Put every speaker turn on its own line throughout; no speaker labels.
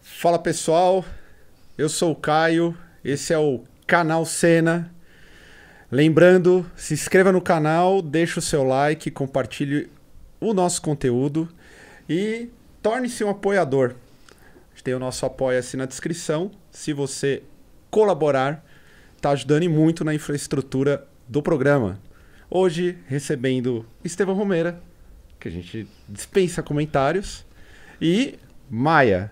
Fala pessoal, eu sou o Caio, esse é o canal Cena. Lembrando, se inscreva no canal, deixe o seu like, compartilhe o nosso conteúdo e torne-se um apoiador. A gente tem o nosso apoia-se na descrição. Se você colaborar, está ajudando e muito na infraestrutura do programa. Hoje, recebendo Estevão Romeira, que a gente dispensa comentários, e Maia,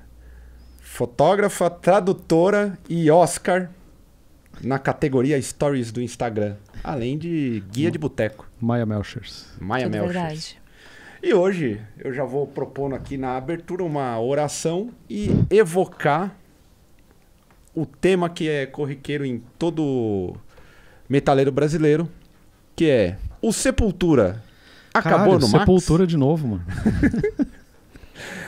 fotógrafa, tradutora e Oscar na categoria Stories do Instagram, além de guia de boteco,
Maya Melchers.
Maia
Tudo
Melchers.
É verdade.
E hoje eu já vou propondo aqui na abertura uma oração e evocar o tema que é corriqueiro em todo metaleiro brasileiro, que é o Sepultura. Acabou
Caralho,
no Max?
Sepultura de novo, mano.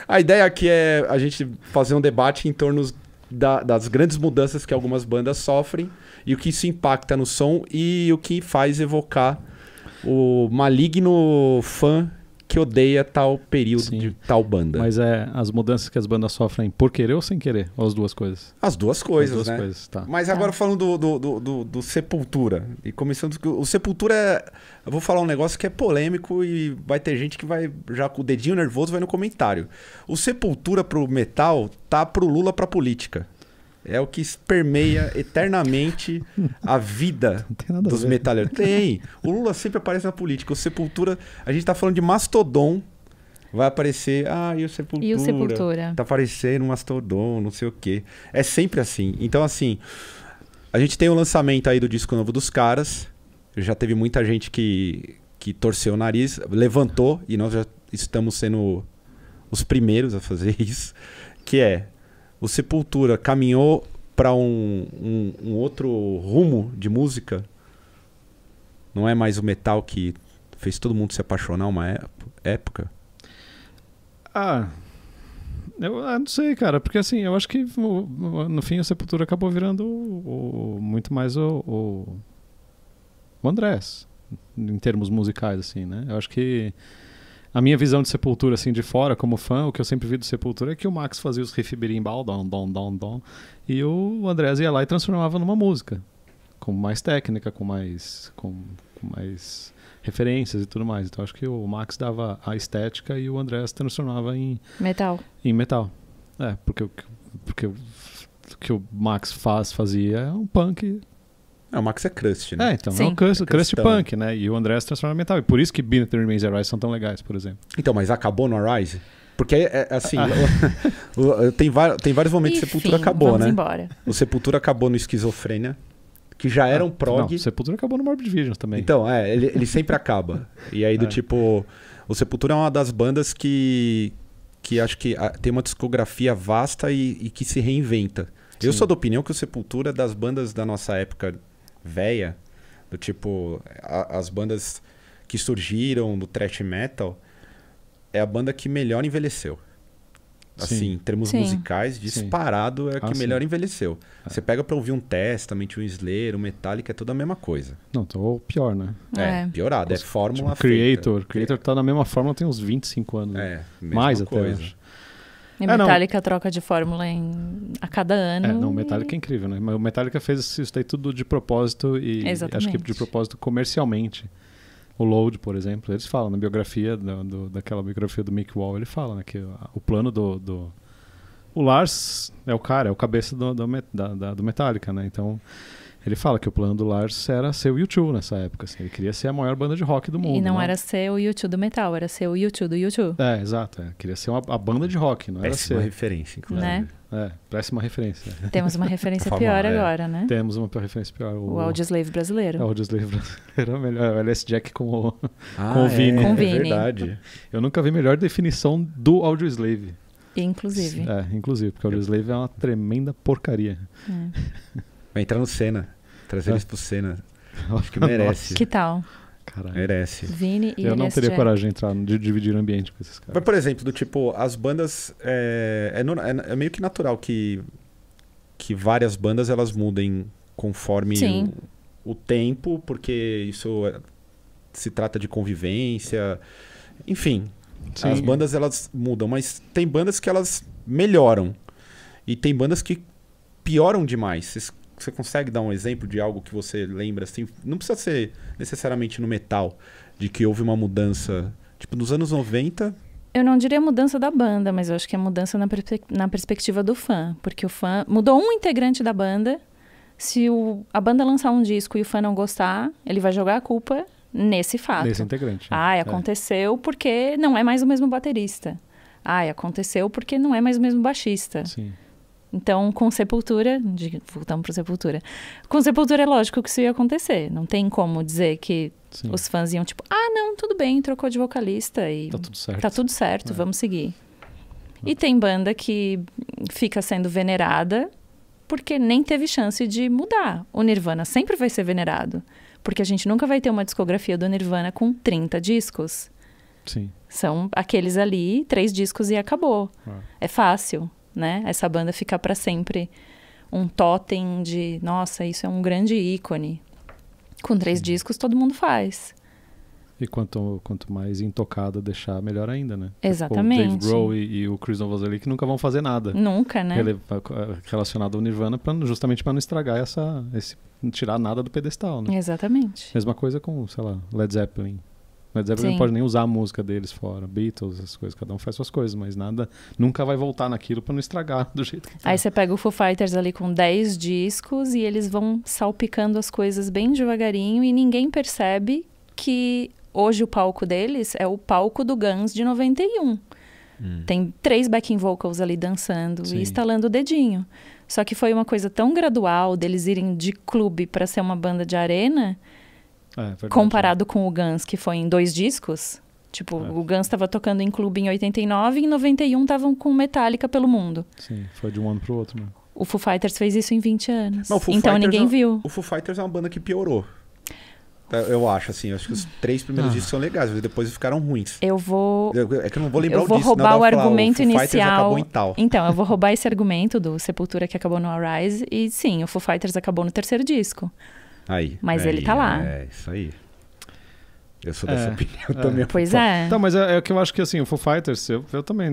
A ideia aqui é a gente fazer um debate em torno da- das grandes mudanças que algumas bandas sofrem e o que isso impacta no som e o que faz evocar o maligno fã que odeia tal período
Sim.
de tal banda.
Mas é as mudanças que as bandas sofrem por querer ou sem querer? Ou as duas coisas?
As duas coisas,
as duas
né?
coisas, tá.
Mas agora falando do, do, do, do- do Sepultura. E começando. com- O Sepultura é. Eu vou falar um negócio que é polêmico e vai ter gente que vai. Já com o dedinho nervoso vai no comentário. O Sepultura pro metal tá pro Lula pra política. É o que permeia eternamente a vida
Não tem nada a
dos
ver.
metaleiros. Tem. O Lula sempre aparece na política. O Sepultura. A gente tá falando de Mastodon. Vai aparecer. Ah, e o Sepultura.
E o Sepultura?
Tá parecendo um Mastodon, não sei o quê. É sempre assim. Então, assim, a gente tem o lançamento aí do disco novo dos caras. Já teve muita gente que, que torceu o nariz, levantou, e nós já estamos sendo os primeiros a fazer isso. Que é o Sepultura caminhou para um, um, um outro rumo de música. Não é mais o metal que fez todo mundo se apaixonar uma ép- época.
Ah. Eu ah, não sei, cara, porque assim, eu acho que o- o- no fim o Sepultura acabou virando o- o- muito mais o, o, o Andrés, em termos musicais, assim, né? Eu acho que a minha visão de Sepultura, assim, de fora, como fã, o que eu sempre vi do Sepultura é que o Max fazia os riff berimbau, dom, dom, dom, dom, e o Andrés ia lá e transformava numa música, com mais técnica, com mais, com, com mais referências e tudo mais. Então acho que o Max dava a estética e o Andrés transformava em
Metal.
em metal. É, porque, o que- porque o o que o Max faz, fazia é um punk.
Não, o Max é crust, né?
É, então,
Sim.
é um crust,
É
crust
crustão.
punk, né? E o André se transforma em metal. E por isso que Beneath the Remains e Rise são tão legais, por exemplo.
Então, mas acabou no Arise? Porque, é, é, assim,
Ah.
o- o- tem, vai- tem vários momentos é que
Enfim,
Sepultura acabou,
vamos
né?
embora.
O Sepultura acabou no Esquizofrênia, que já era um prog.
Ah, Não, Sepultura acabou no Morbid Vision também.
então, é, ele, ele sempre acaba. E aí, do
É.
tipo... O Sepultura é uma das bandas que... Que acho que ah, tem uma discografia vasta e, e que se reinventa. Eu
Sim.
sou da opinião que o Sepultura é das bandas da nossa época véia, do tipo, a- as bandas que surgiram do thrash metal, é a banda que melhor envelheceu. Assim,
Sim.
em termos
Sim.
musicais, disparado é a que
Ah, sim. É.
melhor envelheceu. Você pega pra ouvir um Testament, um Slayer, um Metallica, é tudo a mesma coisa.
Não, tô ou pior, né?
É,
É.
piorado, é
Tipo,
fórmula
Tipo, Creator. Creator tá na mesma forma, tem uns 25 anos.
feita.
né?
É, mesma
Mais até. eu
coisa.
acho.
E
É, não.
Metallica troca de fórmula em... a cada ano.
É, não, o Metallica é incrível, né? Mas o Metallica fez isso- isso daí tudo de propósito e acho que
Exatamente.
de propósito comercialmente. O Load, por exemplo, eles falam na biografia, da- do- daquela biografia do Mick Wall, ele fala né, que a- o plano do, do- O Lars é o cara, é o cabeça do, do, Met- da- da- do Metallica, né? Então, ele fala que o plano do Lars era ser o U2 nessa época. assim, ele queria ser a maior banda de rock do mundo. né?
E não era ser o YouTube do metal, era ser o YouTube do YouTube.
É, exato. é, queria ser uma, a banda de rock, não
Péssima
era ser...
referência, inclusive.
Né?
É, péssima referência.
Temos uma referência
Falar,
pior
é.
agora, né?
Temos uma referência pior.
O Audioslave
É,
brasileiro.
o Audioslave brasileiro é o melhor. É o LS Jack com o...
Ah,
Com o Vini.
é,
Com
é
o Vini.
verdade.
Eu nunca vi melhor definição do Audioslave.
Inclusive.
É, inclusive, porque o Audioslave é uma tremenda porcaria.
É.
Vai entrar no Senna. Trazer
É.
eles pro Senna. Acho que merece.
É.
É.
Que tal?
Caralho.
Merece.
Vini e
Eu não
LS
teria
Jack.
coragem de entrar, de dividir o ambiente com esses
Mas,
caras.
por exemplo, do tipo, as bandas. É, é nor- é- é meio que natural que, que várias bandas elas mudem conforme
Sim.
o, o tempo, porque isso é- se trata de convivência. Enfim,
Sim.
as bandas elas mudam, mas tem bandas que elas melhoram. E tem bandas que pioram demais. Cês- Você consegue dar um exemplo de algo que você lembra assim? Não precisa ser necessariamente no metal, de que houve uma mudança. Tipo, nos anos 90.
Eu não diria mudança da banda, mas eu acho que é mudança na, perspe- na perspectiva do fã. Porque o fã. Mudou um integrante da banda. Se o- a banda lançar um disco e o fã não gostar, ele vai jogar a culpa nesse fato.
Desse integrante. né?
Ai,
É.
aconteceu porque não é mais o mesmo baterista. Ai, aconteceu porque não é mais o mesmo baixista.
Sim.
Então, com Sepultura, de- voltamos para Sepultura. Com Sepultura é lógico que isso ia acontecer. Não tem como dizer que
sim.
os fãs iam tipo, ah, não, tudo bem, trocou de vocalista e
Tá tudo certo.
tá tudo certo,
É.
vamos seguir. E tem banda que fica sendo venerada porque nem teve chance de mudar. O Nirvana sempre vai ser venerado, porque a gente nunca vai ter uma discografia do Nirvana com 30 discos.
Sim.
São aqueles ali, três discos e acabou. É fácil, né? Essa banda ficar para sempre um totem de, nossa, isso é um grande ícone. Com três discos todo mundo faz.
E quanto, quanto mais intocada deixar, melhor ainda, né? Tipo, O
Exatamente.
Dave Grohl e, e o Chris Novoselic que nunca vão fazer nada
Nunca, né?
rele- relacionado ao Nirvana, pra, justamente para não estragar essa, esse tirar nada do pedestal, né?
Exatamente.
Mesma coisa com, sei lá, Led Zeppelin. Led Zeppelin não
Sim.
pode nem usar a música deles fora, Beatles, essas coisas, cada um faz suas coisas, mas nada nunca vai voltar naquilo pra não estragar do jeito que tá.
Aí você pega o Foo Fighters ali com 10 discos e eles vão salpicando as coisas bem devagarinho e ninguém percebe que hoje o palco deles é o palco do Guns de 91. Tem três backing vocals ali dançando
Sim.
e estalando o dedinho. Só que foi uma coisa tão gradual deles irem de clube pra ser uma banda de arena,
É, verdade,
comparado com o Guns que foi em dois discos. Tipo,
É.
o Guns tava tocando em clube em 89 e em 91 estavam com Metallica pelo mundo.
né? Sim, foi de um ano pro outro, né?
O Foo Fighters fez isso em 20
Mas
anos.
o Foo
então
Fighters
ninguém
não-
viu.
O Foo Fighters é uma banda que piorou. Eu- Eu acho, assim. eu Acho que os três primeiros
Ah.
discos são legais, mas depois ficaram ruins.
Eu vou.
Eu- É que eu não vou lembrar
Eu
o
vou
disco, senão
roubar
eu vou
o
falar,
argumento
Foo Fighters
inicial.
acabou em tal.
Então, eu vou roubar esse argumento do Sepultura que acabou no Arise. E sim, o Foo Fighters acabou no terceiro disco.
Aí.
Mas ele
aí,
tá lá.
É, isso aí. Eu sou dessa
É,
opinião
é.
também.
Pois é.
Tá
Então, mas é, é que eu acho que assim, o Foo Fighters, eu, eu também,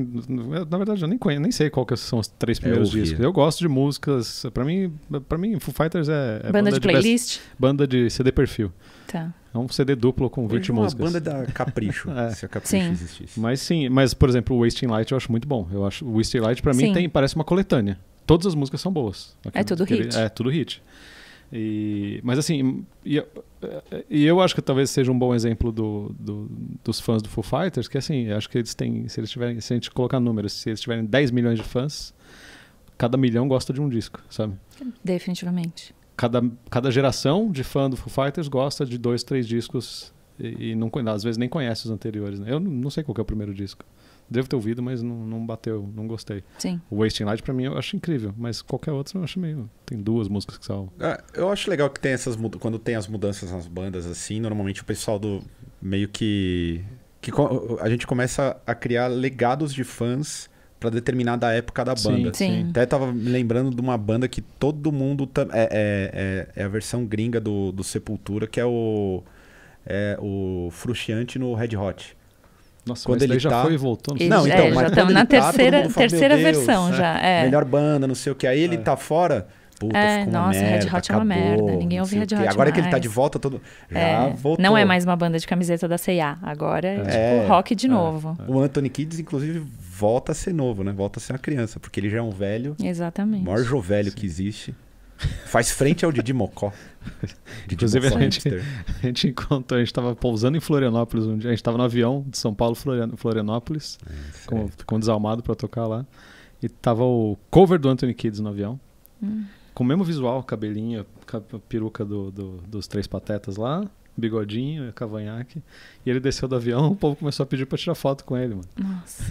eu, na verdade, eu nem conheço, nem sei qual que são os três primeiros
ouvi.
discos. Eu gosto de músicas, pra mim, para mim Foo Fighters é, é
banda de
best-
playlist?
banda de CD perfil.
Tá.
É um CD duplo com
Hoje
20
é uma
músicas.
banda da Capricho,
É.
se a Capricho
Sim.
existisse.
Mas sim, mas por exemplo, o Wasting Light eu acho muito bom. Eu acho o Wasting Light pra mim
Sim.
tem parece uma coletânea. Todas as músicas são boas.
É tudo
Aquele-
hit.
É tudo hit. E, mas assim, e, eu- e eu acho que talvez seja um bom exemplo do, do- dos fãs do Foo Fighters, que assim, eu acho que eles têm, se eles tiverem, se a gente colocar números, se eles tiverem 10 milhões de fãs, cada milhão gosta de um disco, sabe?
Definitivamente.
cada, cada geração de fã do Foo Fighters gosta de dois, três discos e, e não, conhe- às vezes nem conhece os anteriores. Né? Eu não não sei qual que é o primeiro disco. Devo ter ouvido, mas não, não bateu, não gostei.
Sim.
O Wasting Light pra mim eu acho incrível, mas qualquer outro eu acho meio. Tem duas músicas que são.
Ah, eu acho legal que tem essas muda- quando tem as mudanças nas bandas assim, normalmente o pessoal do meio que que co- a gente começa a criar legados de fãs pra determinada época da banda.
Sim.
Até tava me lembrando de uma banda que todo mundo tam- é, é, é, é a versão gringa do, do Sepultura, que é o é o Frustiante no Red Hot.
Nossa,
Quando
mas
ele
daí já
tá-
foi e voltou. Não sei.
Eles,
Não,
se-
então,
é,
mas
já
quando
estão
ele
na
tá, todo
terceira,
mundo fala, "Meu
terceira
Deus",
versão
né?
já. É.
Melhor banda, não sei o que. Aí
É.
ele tá fora. Puta,
É,
ficou uma
nossa, Red
merda,
Hot é uma
acabou,
merda, ninguém
não
ouve
sei o
Red
quê.
Hot
Agora que ele tá
mais.
de volta, todo já
É,
voltou.
Não é mais uma banda de camiseta da C&A. Agora é,
É.
tipo rock de novo.
O Anthony Kids, inclusive, volta a ser novo, né? Volta a ser uma criança, porque ele já é um velho, o
Exatamente.
maior jovelho que existe. Faz frente ao Didi Mocó. Didi
Inclusive,
Mocó
a gente-
hipster.
A gente encontrou, a gente tava pousando em Florianópolis um dia, a gente tava no avião de São Paulo, Florian- Florianópolis, com, com o desalmado pra tocar lá. E tava o cover do Anthony Kids no avião.
Hum.
Com o mesmo visual, cabelinho, ca- peruca do- do- dos três patetas lá, bigodinho, cavanhaque. E ele desceu do avião, o povo começou a pedir pra tirar foto com ele, mano.
Nossa.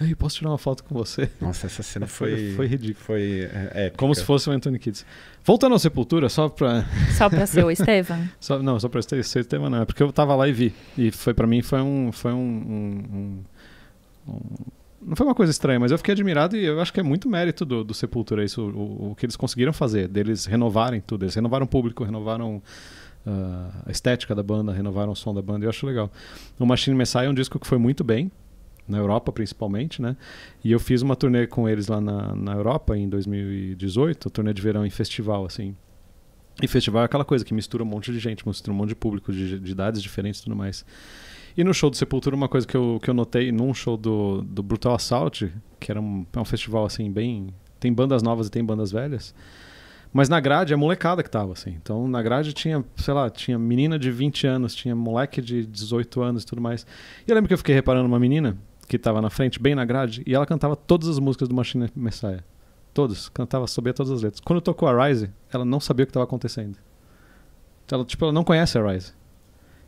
Ei, posso tirar uma foto com você?
Nossa, essa cena
Foi-
foi.
foi ridículo.
Foi. É, épica.
Como se fosse o Anthony Kids. Voltando ao Sepultura, só pra.
Só pra ser o Estevan?
Só- não, só pra esse esse tema não. É porque eu tava lá e vi. E foi pra mim, foi um. Foi um, um- um- um- não foi uma coisa estranha, mas eu fiquei admirado e eu acho que é muito mérito do, do Sepultura isso, o, o que eles conseguiram fazer, deles renovarem tudo. Eles renovaram o público, renovaram ah, a estética da banda, renovaram o som da banda, eu acho legal. O Machine Messiah é um disco que foi muito bem, na Europa principalmente, né? E eu fiz uma turnê com eles lá na, na Europa em 2018, turnê de verão em festival, assim. E festival é aquela coisa que mistura um monte de gente, mistura um monte de público, de, de idades diferentes e tudo mais. E no show do Sepultura, uma coisa que eu, que eu notei num show do, do Brutal Assault, que era um, é um festival, assim, bem... Tem bandas novas e tem bandas velhas. Mas na grade é molecada que tava, assim. Então na grade tinha, sei lá, tinha menina de 20 anos, tinha moleque de 18 anos e tudo mais. E eu lembro que eu fiquei reparando uma menina que tava na frente, bem na grade, e ela cantava todas as músicas do Machine Messiah. Todas. Cantava, sabia todas as letras. Quando tocou a Rise, ela não sabia o que estava acontecendo. Então, ela, tipo, ela não conhece a Rise.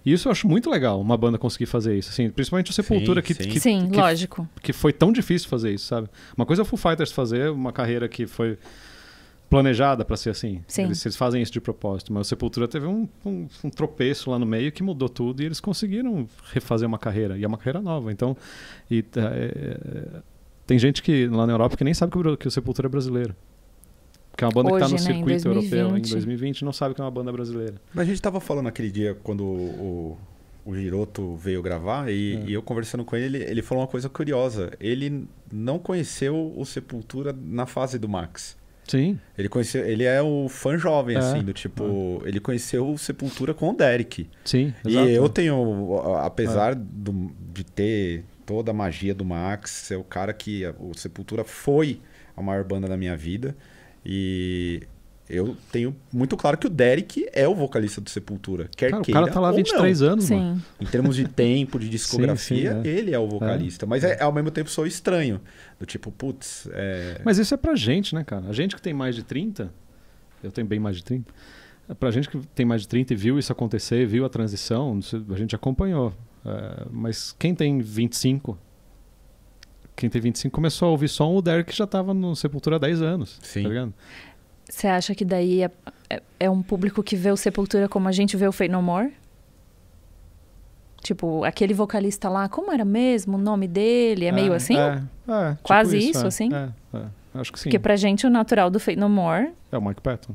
E isso eu acho muito legal, uma banda conseguir fazer isso. Assim, principalmente o Sepultura,
Sim,
que,
sim.
que-
Sim,
que-
lógico.
que foi tão difícil fazer isso, sabe? Uma coisa é o Foo Fighters fazer uma carreira que foi planejada pra ser assim.
Sim.
Eles, eles fazem isso de propósito, mas o Sepultura teve um, um, um tropeço lá no meio que mudou tudo e eles conseguiram refazer uma carreira e é uma carreira nova. Então, e, tá, é, é, tem gente que lá na Europa que nem sabe que o, Bru- que o Sepultura é brasileiro. Porque é uma banda que tá
Hoje,
no
né, em
circuito europeu em
2020.
2020 e não sabe que é uma banda brasileira.
Mas a gente tava falando aquele dia quando o, o Giroto veio gravar e,
É.
e eu conversando com ele, ele- ele falou uma coisa curiosa. Ele não conheceu o Sepultura na fase do Max.
Sim.
Ele conheceu, ele é o fã jovem,
É.
assim, do tipo. Ele conheceu o Sepultura com o Derek.
Sim,
E eu tenho, a- a- apesar
É.
do- de ter toda a magia do Max, é o cara que a- o Sepultura foi a maior banda da minha vida. E eu tenho muito claro que o Derek é o vocalista do Sepultura. Quer
Cara, o
queira
cara tá lá há
ou
23 anos, mano.
Sim.
Em termos de tempo, de discografia,
Sim, sim, é.
ele é o vocalista. Mas é, ao mesmo tempo sou estranho. Do tipo, putz, é,
Mas isso é pra gente, né, cara? A gente que tem mais de 30, eu tenho bem mais de 30. é Pra gente que tem mais de 30 e viu isso acontecer, viu a transição, não sei, a gente acompanhou. É, mas quem tem 25, quem tem 25 começou a ouvir som, o Derek já tava no Sepultura há 10 anos,
Sim.
tá ligado?
Você acha que daí é, é- é um público que vê o Sepultura como a gente vê o Fate No More? Tipo, aquele vocalista lá, como era mesmo o nome dele? É meio assim?
É, é, tipo
Quase isso,
é,
assim?
É, é. Acho que sim.
Porque pra gente o natural do Fate No More,
É o Mark Patton.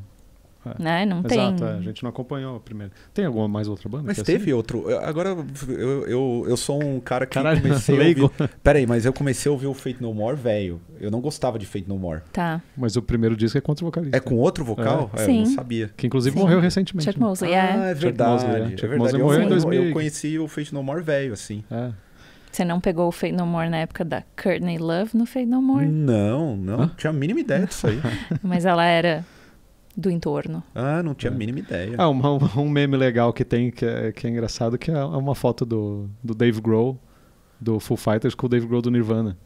né? Não
Exato, é, a
tem.
gente não acompanhou a primeira. Tem alguma mais outra banda?
Mas
que é
teve outro. eu- Agora eu, eu, eu sou um cara que
Caralho,
comecei
leigo.
a ouvir. Peraí, mas eu comecei a ouvir o Fate No More velho. Eu não gostava de Fate No More.
Tá.
assim? Mas o primeiro disco é contra o vocalista.
É com outro vocal?
É.
É, eu não
Sim.
sabia.
Que inclusive
Sim.
morreu recentemente.
Chuck
né?
Mosley,
Ah, é
é.
Chuck
verdade.
Mosley, né?
é
Chuck
verdade.
Mosley
Eu,
morreu em
eu-
2000
eu conheci o Fate No More velho, assim.
É.
Você não pegou o Fate No More na época da Courtney Love no Fate No More,
Hum.
Não, não.
Hã?
Tinha a mínima ideia disso aí.
mas ela era do entorno.
Ah, não tinha a
É.
mínima ideia.
Ah, um, um- um meme legal que tem, que é, que é engraçado, que é uma foto do, do Dave Grohl, do Full Fighters, com o Dave Grohl do Nirvana.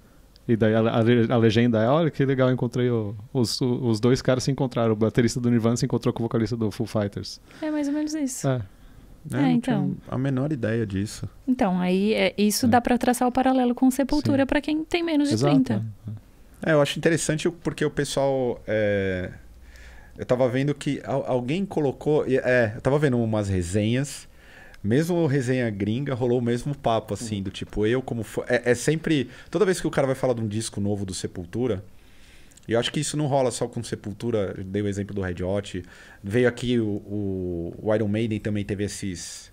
E daí a, a le- a legenda é, olha que legal, encontrei o- os, o- os dois caras se encontraram. O baterista do Nirvana se encontrou com o vocalista do Full Fighters.
É mais ou menos isso.
É,
Eu Né?
é,
não
então.
tinha a menor ideia disso.
Então, aí é- isso
É.
dá pra traçar o paralelo com Sepultura pra quem tem menos de
exato.
30.
é.
É, eu acho interessante porque o pessoal. é, Eu tava vendo que al- alguém colocou. e- É, eu tava vendo umas resenhas. Mesmo resenha gringa, rolou o mesmo papo, assim, do tipo, eu como. fã- É, é sempre. Toda vez que o cara vai falar de um disco novo do Sepultura. E eu acho que isso não rola só com Sepultura. eu Dei o exemplo do Red Hot. Veio aqui o, o- o Iron Maiden também teve esses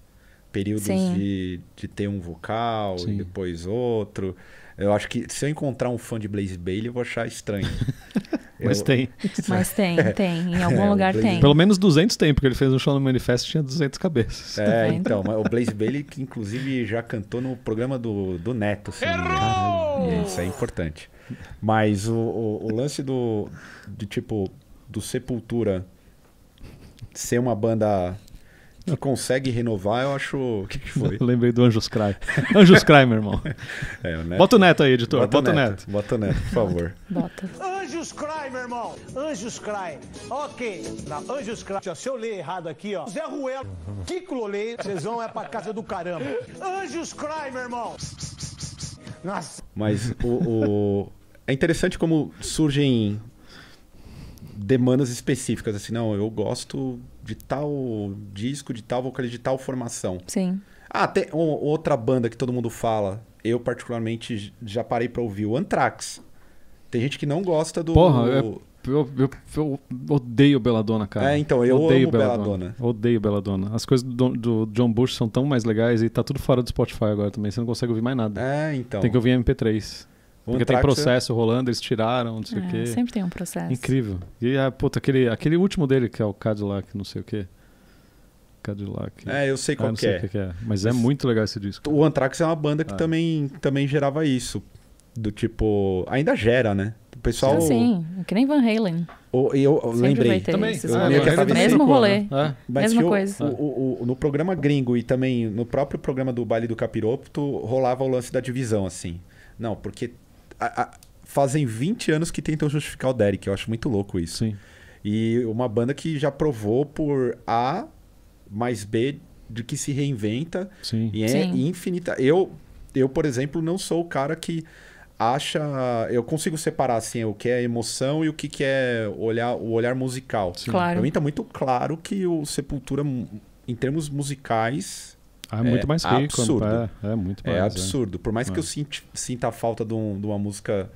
períodos
Sim.
de, de ter um vocal
Sim.
e depois outro. Eu acho que se eu encontrar um fã de Blaze Bailey, eu vou achar estranho.
é. Mas
Eu-
tem.
Mas tem, tem. Em algum
É, o
lugar
Blaze-
tem.
Pelo menos 200 tem, porque ele fez um show no Manifesto e tinha 200 cabeças.
É,
vendo?
então, mas o Blaze Bailey, que inclusive já cantou no programa do, do Neto. se não me engano. E Isso é importante. Mas o, o- o lance do. de tipo. do Sepultura ser uma banda que consegue renovar, eu acho. O que, que foi?
Eu lembrei do Anjos Cry. Anjos Cry, meu irmão.
É, o Neto-
Bota o Neto aí, editor. Bota, o Neto.
Bota o Neto, por favor.
Bota.
Anjos Cry, meu irmão. Anjos Cry. Ok. Não, Anjos Cry. Ó, Se eu ler errado aqui, ó. Zé Ruelo, Kiko Lolei, vocês vão é pra casa do caramba. Anjos Cry, meu irmão. Nossa.
Mas o, o- é interessante como surgem demandas específicas, assim, não, eu gosto de tal disco, de tal vocalista, de tal formação.
Sim.
Ah, tem o- outra banda que todo mundo fala, eu particularmente j- já parei pra ouvir, o Anthrax. Tem gente que não gosta do...
Porra, é- eu, eu- eu odeio Belladonna, cara.
É, então, eu
odeio
amo Belladonna.
Odeio Belladonna. As coisas do, do John Bush são tão mais legais e tá tudo fora do Spotify agora também. Você não consegue ouvir mais nada.
É, então.
Tem que ouvir MP3.
O
porque tem
Anthrax é-
processo rolando, eles tiraram, não sei o quê.
É, sempre tem um processo.
Incrível. E ah, puta, aquele, aquele último dele, que é o Cadillac, não sei o quê. Cadillac.
É, eu sei
Ah,
qual
não
que
sei o
é.
que que é. Mas é muito legal esse disco.
O Anthrax é uma banda que
Ah.
também, também gerava isso. Do tipo. Ainda gera, né? O pessoal.
Assim, que nem Van Halen.
o- e eu
Sempre
lembrei.
vai ter
Também.
É, esses
Ah,
rolês.
eu quero ver
Mesmo
Ficou,
rolê.
né? É.
Mas
Mesma
que o-
coisa.
o- o- o- no programa gringo e também no próprio programa do Baile do Capiroto rolava o lance da divisão, assim. Não, porque a- a- fazem 20 anos que tentam justificar o Derek. Eu acho muito louco isso.
Sim.
E uma banda que já provou por A mais B de que se reinventa
Sim.
e é
Sim.
infinita. Eu, eu, por exemplo, não sou o cara que acha. Eu consigo separar assim, o que é emoção e o que, que é olhar, o olhar musical.
Sim.
Pra
Claro.
mim tá muito claro que o Sepultura, mu- em termos musicais,
Ah, é muito
É
mais rico.
absurdo.
É, é muito mais.
é absurdo. Por mais que
É.
eu sinta, sinta a falta de, um- de uma múca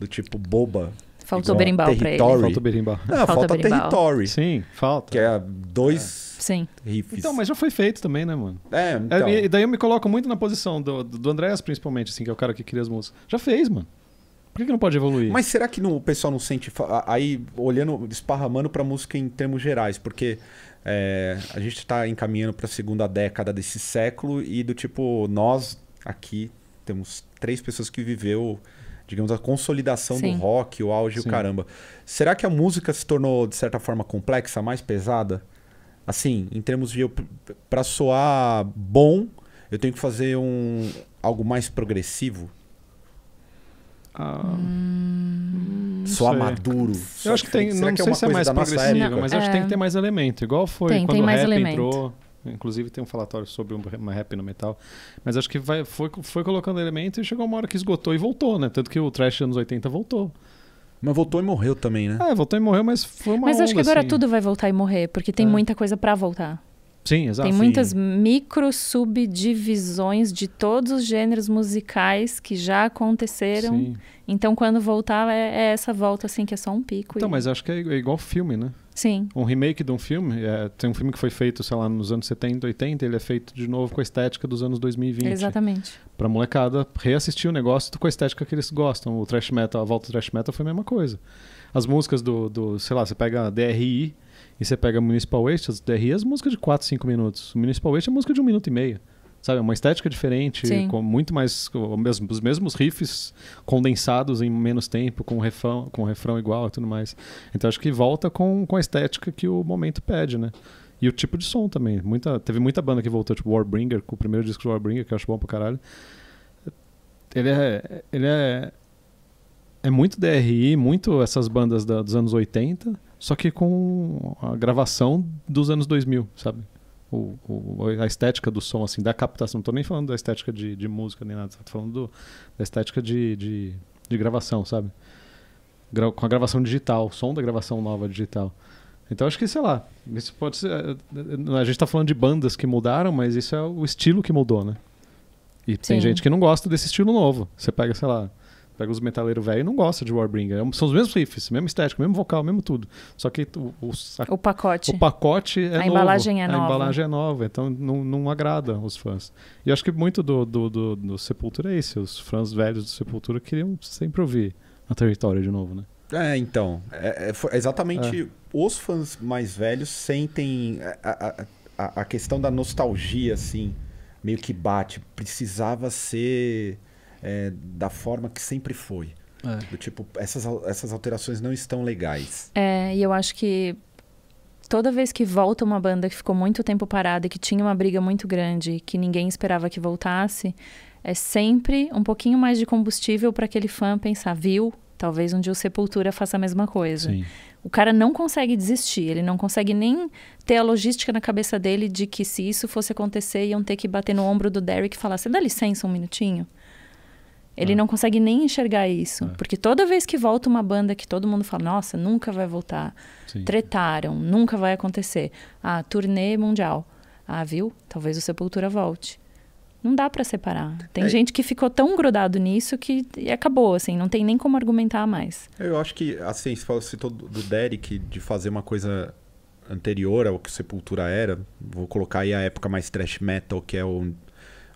do tipo boba.
Faltou
igual
berimbau pra ele.
Território.
Falta o berimbau.
Não,
Falta
falta
berimbau.
Territory,
Sim, falta.
que é dois
Sim.
riffs.
Então, mas já foi feito também, né, mano?
É,
É,
então.
e daí eu me coloco muito na posição do, do Andrés, principalmente, assim, que é o cara que cria as músicas. Já fez, mano. Por que, que não pode evoluir?
Mas será que não- o pessoal não sente. fa- a- Aí, olhando, esparramando pra música em termos gerais, porque é, a gente tá encaminhando pra segunda década desse século e do tipo, nós aqui temos três pessoas que viveu, digamos, a consolidação
Sim.
do rock, o auge e o
Sim.
caramba. Será que a música se tornou, de certa forma, complexa, mais pesada? Assim, em termos de. eu- Pra soar bom, eu tenho que fazer um algo mais progressivo?
Ah,
Hum. Soar
sei.
maduro.
eu acho que tem.
Será
Não
que é
sei
uma
se é
coisa
mais
da nossa
progressivo,
época?
mas acho que
É.
tem que ter mais elemento. Igual foi
Tem,
quando
tem
o
mais
rap
elemento.
entrou. Inclusive tem um falatório sobre um- uma rap no metal. Mas acho que vai, foi, foi colocando elemento e chegou uma hora que esgotou e voltou, né? Tanto que o Trash anos 80 voltou.
Mas voltou e morreu também, né?
Ah, voltou e morreu, mas foi uma
Mas acho que
onda,
agora
assim.
tudo vai voltar e morrer, porque tem
É. Ah,
muita coisa pra voltar.
Sim, exato.
tem muitas micro subdivisões de todos os gêneros musicais que já aconteceram.
Sim.
Então, quando voltar, é, é essa volta, assim, que é só um pico.
Então,
e-
mas acho que é é igual filme, né?
Sim,
Um remake de um filme, é, tem um filme que foi feito, sei lá, nos anos 70, 80, ele é feito de novo com a estética dos anos 2020.
exatamente.
Pra molecada reassistir o negócio com a estética que eles gostam. O thrash metal, a volta do thrash metal foi a mesma coisa. As músicas do, do sei lá, você pega a DRI e você pega Municipal Waste, as DRI é as músicas de 4, 5 minutos. O Municipal Waste é música de 1 minuto e meio. Sabe, é uma estética diferente,
Sim.
com muito mais. com o mesmo- os mesmos riffs condensados em menos tempo, com refrão, com refrão igual e tudo mais. Então acho que volta com, com a estética que o momento pede, né? E o tipo de som também. Muita, teve muita banda que voltou, tipo Warbringer, com o primeiro disco do Warbringer, que eu acho bom pra caralho. Ele é. Ele é. É muito DRI, muito essas bandas da- dos anos 80, só que com a gravação dos anos 2000, sabe? O, o- a estética do som, assim, da captação. Não tô nem falando da estética de, de música nem nada, tô falando do- da estética de, de, de gravação, sabe? Gra- com a gravação digital, o som da gravação nova digital. Então acho que, sei lá, isso pode ser. eh, eh, A gente tá falando de bandas que mudaram, mas isso é o estilo que mudou, né? E tem
Sim.
gente que não gosta desse estilo novo. Você pega, sei lá, pega os metaleiros velho e não gosta de Warbringer. É um- São os mesmos riffs, mesmo estética, mesmo vocal, mesmo tudo. Só que o, o, a
O pacote.
o pacote é
A
novo.
embalagem é
A
nova.
embalagem é nova, então não, não agrada os fãs. E acho que muito do, do, do, do Sepultura é isso. Os fãs velhos do Sepultura queriam sempre ouvir a território de novo, né?
É, então. É, é, foi exatamente os fãs mais velhos sentem é, a, a, a- a questão da nostalgia, assim, meio que bate. Precisava ser é, da forma que sempre foi.
É.
Do tipo, essas, al- essas alterações não estão legais.
É, e eu acho que toda vez que volta uma banda que ficou muito tempo parada e que tinha uma briga muito grande, que ninguém esperava que voltasse, é sempre um pouquinho mais de combustível para aquele fã pensar, viu? Talvez um dia o Sepultura faça a mesma coisa.
Sim.
O cara não consegue desistir, ele não consegue nem ter a logística na cabeça dele de que se isso fosse acontecer, iam ter que bater no ombro do Derek e falar: você dá licença um minutinho? Ele
É.
não consegue nem enxergar isso.
É.
Porque toda vez que volta uma banda que todo mundo fala, nossa, nunca vai voltar.
Sim.
Tretaram, nunca vai acontecer. Ah, turnê mundial. Ah, viu? Talvez o Sepultura volte. Não dá pra separar. Tem
É.
gente que ficou tão grudado nisso que acabou, assim, não tem nem como argumentar mais.
Eu acho que, assim, você falou- citou do do Derek de fazer uma coisa anterior ao que Sepultura era. Vou colocar aí a época mais thrash metal, que é o,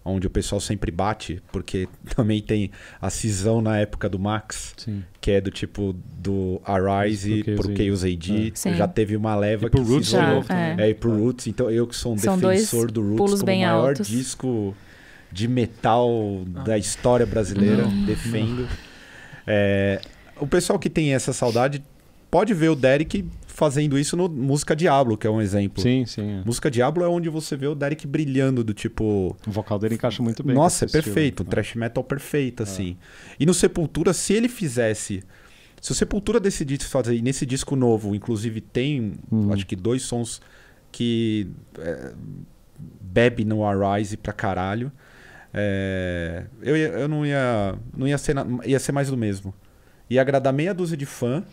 onde o pessoal sempre bate, porque também tem a cisão na época do Max,
Sim.
que é do tipo do Arise
Pro Chaos
pro
AD.
Chaos AD.
É. Sim.
Já teve uma leva
E pro
que
Roots
cisou.
Já,
de novo também.
É, e pro Roots, então eu que sou um
São dois
defensor do Roots
pulos
como o
bem
maior
altos.
disco de metal da história brasileira, defendo. É, o pessoal que tem essa saudade pode ver o Derek fazendo isso no Música Diablo, que é um exemplo.
Sim, sim. é.
Música Diablo é onde você vê o Derek brilhando, do tipo,
O vocal dele encaixa muito bem.
nossa,
com
é
esse estilo.
perfeito. Um
É.
Trash metal perfeito, assim. E no Sepultura, se ele fizesse. Se o Sepultura decidisse fazer e nesse disco novo, inclusive tem,
Hum.
acho que dois sons que é, bebe no Arise pra caralho. é, eu, ia- eu não ia. Não ia ser, na- ia ser mais do mesmo. Ia agradar meia dúzia de fã,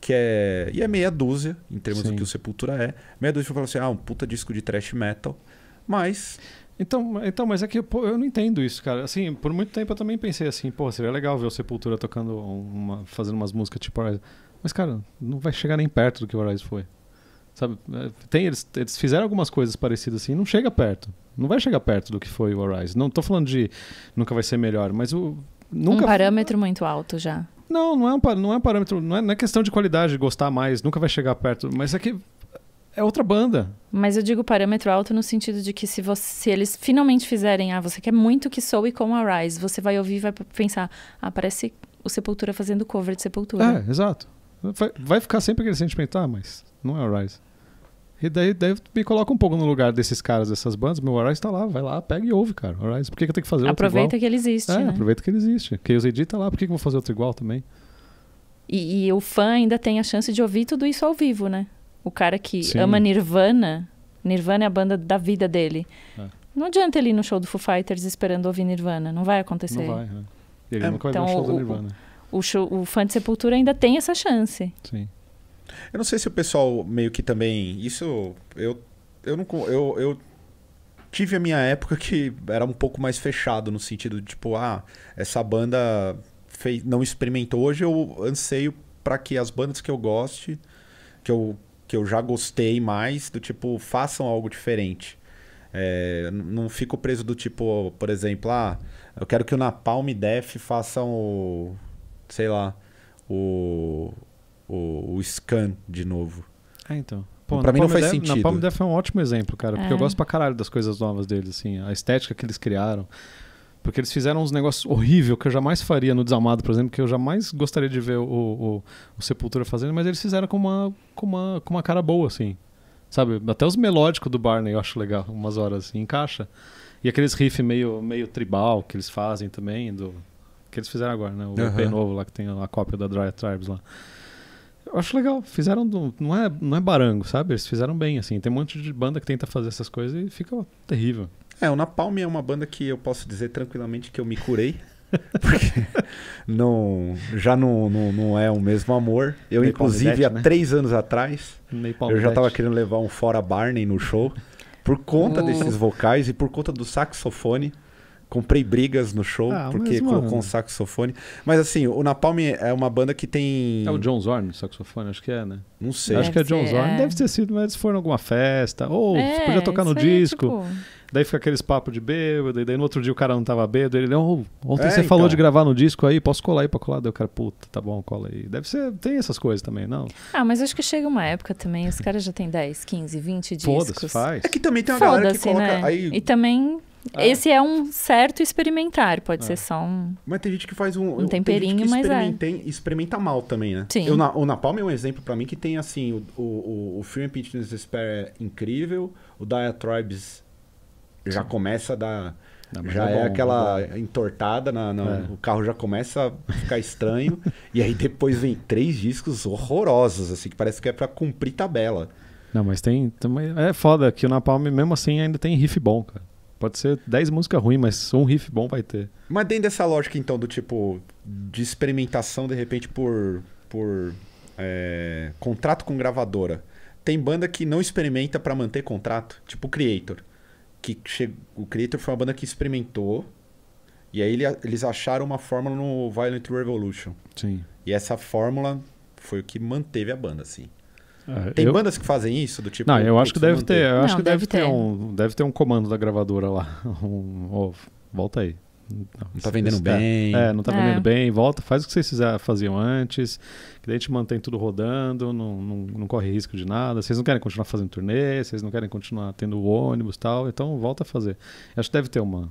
que é. E é meia dúzia, em termos do
Sim.
que o Sepultura é. Meia dúzia de fã fala assim: ah, um puta disco de thrash metal. Mas
Então, então, mas é que pô, eu não entendo isso, cara. Assim, por muito tempo eu também pensei assim, pô, seria legal ver o Sepultura tocando uma, fazendo umas músicas tipo Horizon. Mas, cara, não vai chegar nem perto do que o Horizon foi. Sabe? É, Tem, eles, eles fizeram algumas coisas parecidas assim, não chega perto. Não vai chegar perto do que foi o Horizon. Não tô falando de nunca vai ser melhor, mas o. Nunca
Um parâmetro muito alto já.
Não, não é um, pa- não é um parâmetro. Não é, não é questão de qualidade, de gostar mais, nunca vai chegar perto. Mas é que. É outra banda.
Mas eu digo parâmetro alto no sentido de que se, você- se eles finalmente fizerem, ah, você quer muito que soe como a Rise, você vai ouvir e vai pensar, ah, parece o Sepultura fazendo cover de Sepultura.
É, exato. Vai, vai ficar sempre aquele sentimento, ah, mas não é o Rise. E daí, daí me coloca um pouco no lugar desses caras, dessas bandas. Meu Horizon tá lá, vai lá, pega e ouve, cara. Horizon, por que, que eu tenho que fazer outro
Aproveita
igual?
que ele existe,
é,
né?
aproveita que ele existe. Chaos AD tá lá, por que, que eu vou fazer outro igual também?
E, e o fã ainda tem a chance de ouvir tudo isso ao vivo, né? O cara que
Sim.
ama Nirvana, Nirvana é a banda da vida dele.
É.
Não adianta ele ir no show do Foo Fighters esperando ouvir Nirvana, não vai acontecer.
Não vai, né? E Ele
É,
nunca vai ver
então
um show do
o-
Nirvana.
O, show- o fã de Sepultura ainda tem essa chance.
Sim.
Eu não sei se o pessoal meio que também. Isso. Eu. Eu não. co- Eu, eu tive a minha época que era um pouco mais fechado, no sentido de, tipo, ah, essa banda fez, não experimentou. Hoje eu anseio pra que as bandas que eu goste, que eu, que eu já gostei mais, do tipo, façam algo diferente. É, n- não fico preso do tipo, por exemplo, ah, eu quero que o Napalm Def façam o. sei lá. O, o, o scan de novo.
Ah, então.
É, Pra mim não faz
Napalm Death-
sentido.
Napalm Death é um ótimo exemplo, cara, porque
É.
eu gosto pra caralho das coisas novas deles, assim, a estética que eles criaram. Porque eles fizeram uns negócios horríveis que eu jamais faria no Desalmado, por exemplo, que eu jamais gostaria de ver o, o- o Sepultura fazendo, mas eles fizeram com uma, com, uma, com uma cara boa, assim. Sabe? Até os melódicos do Barney eu acho legal, umas horas assim, encaixa. E aqueles riff meio, meio tribal que eles fazem também, do, que eles fizeram agora, né? O
Aham.
EP novo lá, que tem a cópia da Dry Tribes lá. Eu acho legal, fizeram. do- não, é, não é barango, sabe? Eles fizeram bem, assim. Tem um monte de banda que tenta fazer essas coisas e fica terrível.
É, o Napalm é uma banda que eu posso dizer tranquilamente que eu me curei. Porque não, já não, não, não é o mesmo amor. Eu,
Napalm
inclusive, há
Death, né?
três anos atrás,
Napalm
eu já
Death.
tava querendo levar um fora Barney no show. Por conta
Uh.
desses vocais e por conta do saxofone. Comprei brigas no show,
Ah,
porque
mas, mano.
colocou um saxofone. Mas assim, o Napalm é uma banda que tem.
É o John Zorn, saxofone, acho que é, né?
Não sei.
Acho que é
Deve
John
ser,
Zorn.
é.
Deve ter sido, mas eles foram em alguma festa. Ou
É,
podia tocar no
isso aí é
disco.
tipo-
Daí fica aqueles papos de bêbado, e daí no outro dia o cara não tava bêbado, ele, oh, ontem
É,
você falou
então.
de gravar no disco aí, posso colar aí pra colar? Daí o cara, puta, tá bom, cola aí. Deve ser, tem essas coisas também, não?
Ah, mas acho que chega uma época também, os caras já têm 10, 15, 20
Foda-se,
discos.
faz.
É que também tem uma galera que
Foda-se,
coloca.
né?
Aí,
E também,
É.
esse é um certo experimentar, pode
É.
ser só um...
Mas tem gente que faz um.
Um temperinho,
tem gente que
mas é.
experimentem- experimenta mal também, né?
Sim.
Eu, na, o Napalm é um exemplo pra mim que tem, assim, o, o, o, o Fear and Pitch Despair é incrível, o Diatribes já começa a dar.
Não, mas
já
tá
é
bom,
aquela
tá bom.
entortada, na, na-
É.
o carro já começa a ficar estranho. e aí depois vem três discos horrorosos, assim, que parece que é pra cumprir tabela.
Não, mas tem. também- É foda que o Napalm, mesmo assim, ainda tem riff bom, cara. Pode ser 10 músicas ruins, mas um riff bom vai ter.
Mas dentro dessa lógica, então, do tipo, de experimentação, de repente, por, por é, contrato com gravadora, tem banda que não experimenta pra manter contrato, tipo o Creator. que che- o Creator foi uma banda que experimentou. E aí ele- eles acharam uma fórmula no Violent Revolution.
Sim.
E essa fórmula foi o que manteve a banda, assim.
É,
Tem
eu-
bandas que fazem isso, do tipo.
Não, eu acho que
putz,
deve
manter.
ter. Eu acho
Não,
que deve,
deve
ter.
ter.
um, deve ter um comando da gravadora lá. Um, ó, volta aí.
Não tá vendendo
Isso tá-
bem.
É, não tá vendendo
É.
bem, volta, faz o que vocês fizer- faziam antes, que daí a gente mantém tudo rodando, não, não, não corre risco de nada, vocês não querem continuar fazendo turnê, vocês não querem continuar tendo ônibus e tal, então volta a fazer. Acho que deve ter uma.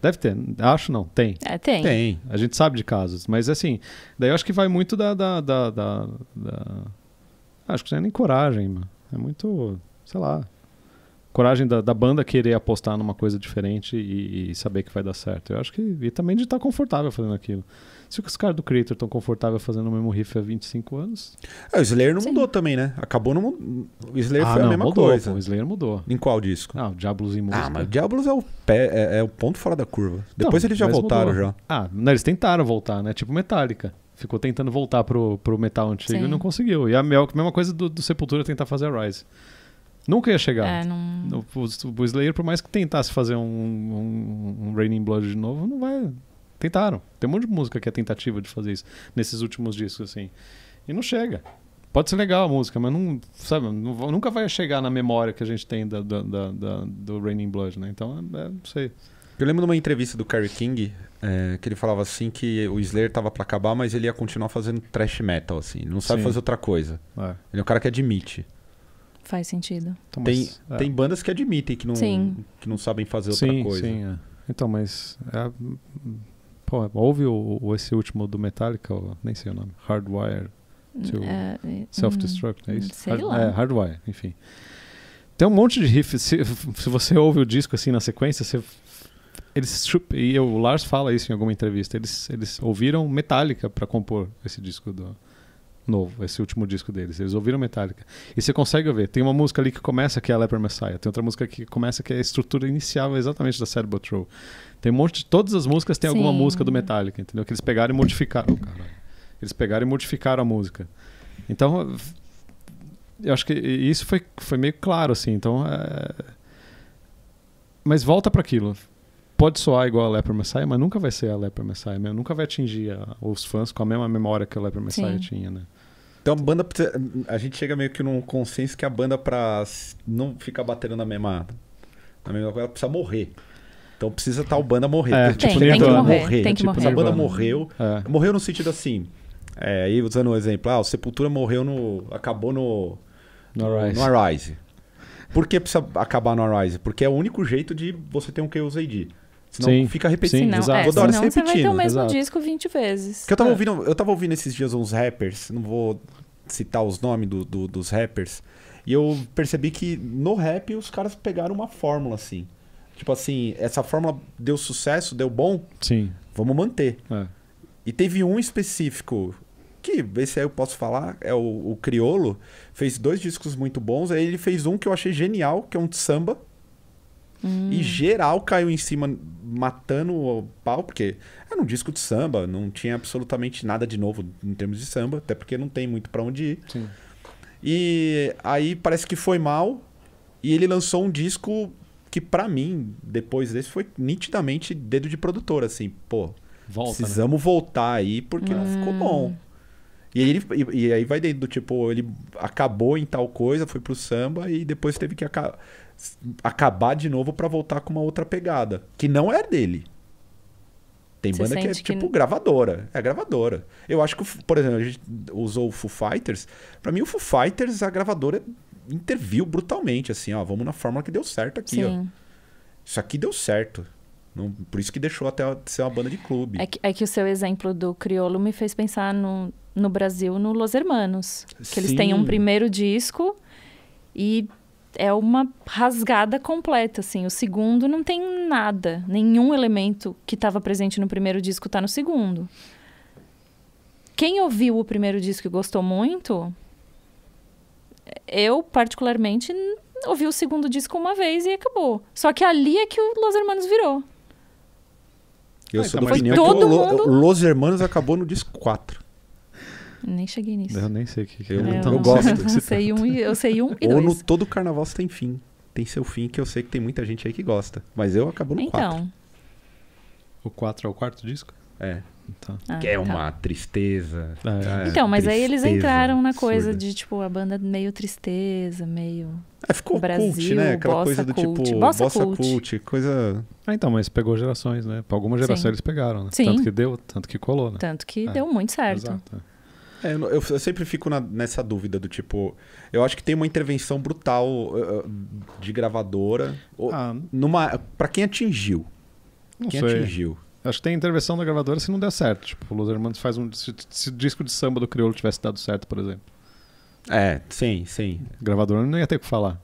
Deve ter, acho não, tem.
É, tem.
Tem.
A gente sabe de casos, mas assim, daí eu acho que vai muito da. da, da, da- da- Acho que não é nem coragem, mano. É muito, sei lá. Coragem da, da banda querer apostar numa coisa diferente e, e saber que vai dar certo. Eu acho que. E também de estar confortável fazendo aquilo. Se os caras do Creator estão confortáveis fazendo o mesmo riff há 25 anos.
Ah, o Slayer não
Sim.
mudou também, né? Acabou no. mu- O Slayer
ah,
foi
não,
a mesma
mudou,
coisa.
pô, o Slayer mudou.
Em qual disco?
Ah, o Diablos em música.
Ah, mas o Diablos é o, pé, é, é o ponto fora da curva. Depois
Então,
eles já
mas
voltaram
mudou.
já.
Ah, não, eles tentaram voltar, né? Tipo Metallica. Ficou tentando voltar pro, pro metal antigo
Sim.
e não conseguiu. E a mel- mesma coisa do, do Sepultura tentar fazer a Rise. Nunca ia chegar.
É, não...
No- O, o Slayer, por mais que tentasse fazer um, um, um Raining Blood de novo, não vai. Tentaram. Tem um monte de música que é tentativa de fazer isso nesses últimos discos, assim. E não chega. Pode ser legal a música, mas não, sabe, não va- nunca vai chegar na memória que a gente tem da, da, da- da- do Raining Blood, né? Então, é, não sei.
Eu lembro de uma entrevista do Kerry King é, que ele falava assim que o Slayer tava pra acabar, mas ele ia continuar fazendo thrash metal, assim. Não sabe
Sim.
fazer outra coisa.
É.
Ele é um cara que admite.
Faz sentido.
Então,
Tem,
mas- é.
tem bandas que admitem que não,
Sim.
que não sabem fazer outra
sim,
coisa.
Sim, é. Então, mas. é, pô, houve o, o- esse último do Metallica, o- nem sei o nome. Hardwire. To
É, e-
Self-Destruct, é
hum,
isso?
sei
Hard-
lá.
É, Hardwire, enfim. Tem um monte de riff. Se, se você ouve o disco assim na sequência, você. Eles chup- e o Lars fala isso em alguma entrevista. Eles, eles ouviram Metallica para compor esse disco do novo, esse último disco deles. Eles ouviram Metallica. E você consegue ver, tem uma música ali que começa que é a Leper Messiah, tem outra música que começa que é a estrutura inicial exatamente da Cerebral Troll. Tem um monte de todas as músicas tem alguma
Sim.
música do Metallica, entendeu? Que eles pegaram e modificaram. Oh, caralho. eles pegaram e modificaram a música. Então, eu acho que isso foi, foi meio claro, assim. Então, é... Mas volta para aquilo. Pode soar igual a Leper Messiah, mas nunca vai ser a Leper Messiah mesmo. Nunca vai atingir a- os fãs com a mesma memória que a Leper Messiah
Sim.
tinha, né?
Então a banda. precisa- A gente chega meio que num consenso que a banda, pra s- não ficar batendo na mesma. Na mesma coisa, ela precisa morrer. Então precisa tal banda morrer.
É,
Porque, tipo,
Tem,
nem
tem que
a banda
morrer,
tem que
tipo,
morrer.
A banda
Nirvana.
morreu.
É.
Morreu no sentido assim. É, aí usando o exemplo, ah, o Sepultura morreu no. acabou no.
No Arise.
Arise. Por que precisa acabar no Arise? Porque é o único jeito de você ter um Chaos AD. Senão
Sim,
fica repetindo.
sim,
Senão,
exato.
é,
Toda hora
senão
se
você vai ter o
repetindo,
mesmo
exato.
disco 20 vezes.
Porque eu tava,
É.
ouvindo, eu tava ouvindo esses dias uns rappers, não vou citar os nomes do- do- dos rappers, e eu percebi que no rap os caras pegaram uma fórmula assim. Tipo assim, essa fórmula deu sucesso, deu bom,
Sim.
vamos manter.
É.
E teve um específico, que esse aí eu posso falar, é o, o Criolo, fez dois discos muito bons, aí ele fez um que eu achei genial, que é um de samba. E geral caiu em cima, matando o pau, porque era um disco de samba, não tinha absolutamente nada de novo em termos de samba, até porque não tem muito pra onde ir.
Sim.
E aí parece que foi mal, e ele lançou um disco que pra mim, depois desse, foi nitidamente dedo de produtor, assim, pô,
Volta, né?
Precisamos voltar aí porque não ficou
Hum.
bom. E, aí ele, e, e aí vai dentro do tipo, ele acabou em tal coisa, foi pro samba e depois teve que aca- s- acabar de novo pra voltar com uma outra pegada. Que não é dele. Tem
Você
banda que é
sente que
tipo
n-
gravadora. É gravadora. Eu acho que, o Fu- por exemplo, a gente usou o Foo Fighters. Pra mim, o Foo Fighters, a gravadora é, interviu brutalmente, assim, ó, vamos na fórmula que deu certo aqui, ó.
Sim.
Isso aqui deu certo. Não- por isso que deixou até de ser uma banda de clube.
É que, é que o seu exemplo do criolo me fez pensar no, no Brasil, no Los Hermanos. Que eles têm um
Sim.
primeiro disco e é uma rasgada completa, assim. O segundo não tem nada. Nenhum elemento que estava presente no primeiro disco está no segundo. Quem ouviu o primeiro disco e gostou muito, eu, particularmente, n- ouvi o segundo disco uma vez e acabou. Só que ali é que o Los Hermanos virou.
Eu
Ah,
sou
então,
da
mas
opinião
todo
que o Lo-
mundo-
Los Hermanos acabou no disco 4.
Nem cheguei
né?
nisso.
Eu nem sei o que, que
Eu-
é.
não-
É,
eu
Então,
não-
gosto.
Eu sei um, e- eu sei um e
Ou no
dois.
Todo Carnaval Sem Fim. tem seu fim, que eu sei que tem muita gente aí que gosta. Mas eu acabo no 4.
Então.
O 4 é o quarto disco?
É.
Então.
ah,
que é
tá.
uma tristeza.
É.
É,
Então, mas aí eles
tristeza
entraram na coisa
absurda.
de, tipo, a banda meio tristeza, meio.
É, ficou
Brasil,
cult, né? Aquela
bossa
coisa do
cult.
tipo
Bossa
cult.
cult.
coisa.
Ah, então, mas pegou gerações, né? Pra alguma geração
Sim.
eles pegaram, né?
Sim.
Tanto que deu, tanto que colou,
Tá.
né?
Tanto que
É,
deu muito certo.
Exato.
É, eu, não- eu- eu sempre fico na- nessa dúvida do tipo, eu acho que tem uma intervenção brutal eh, eh, de gravadora. Ou-
Ah,
numa, pra quem atingiu.
não
quem
sei.
atingiu.
Acho que tem intervenção da gravadora se não der certo. Tipo, o Los Hermanos faz um. Se, se o disco de samba do Criolo tivesse dado certo, por exemplo,
É, sim, sim.
a gravadora não ia ter o que falar.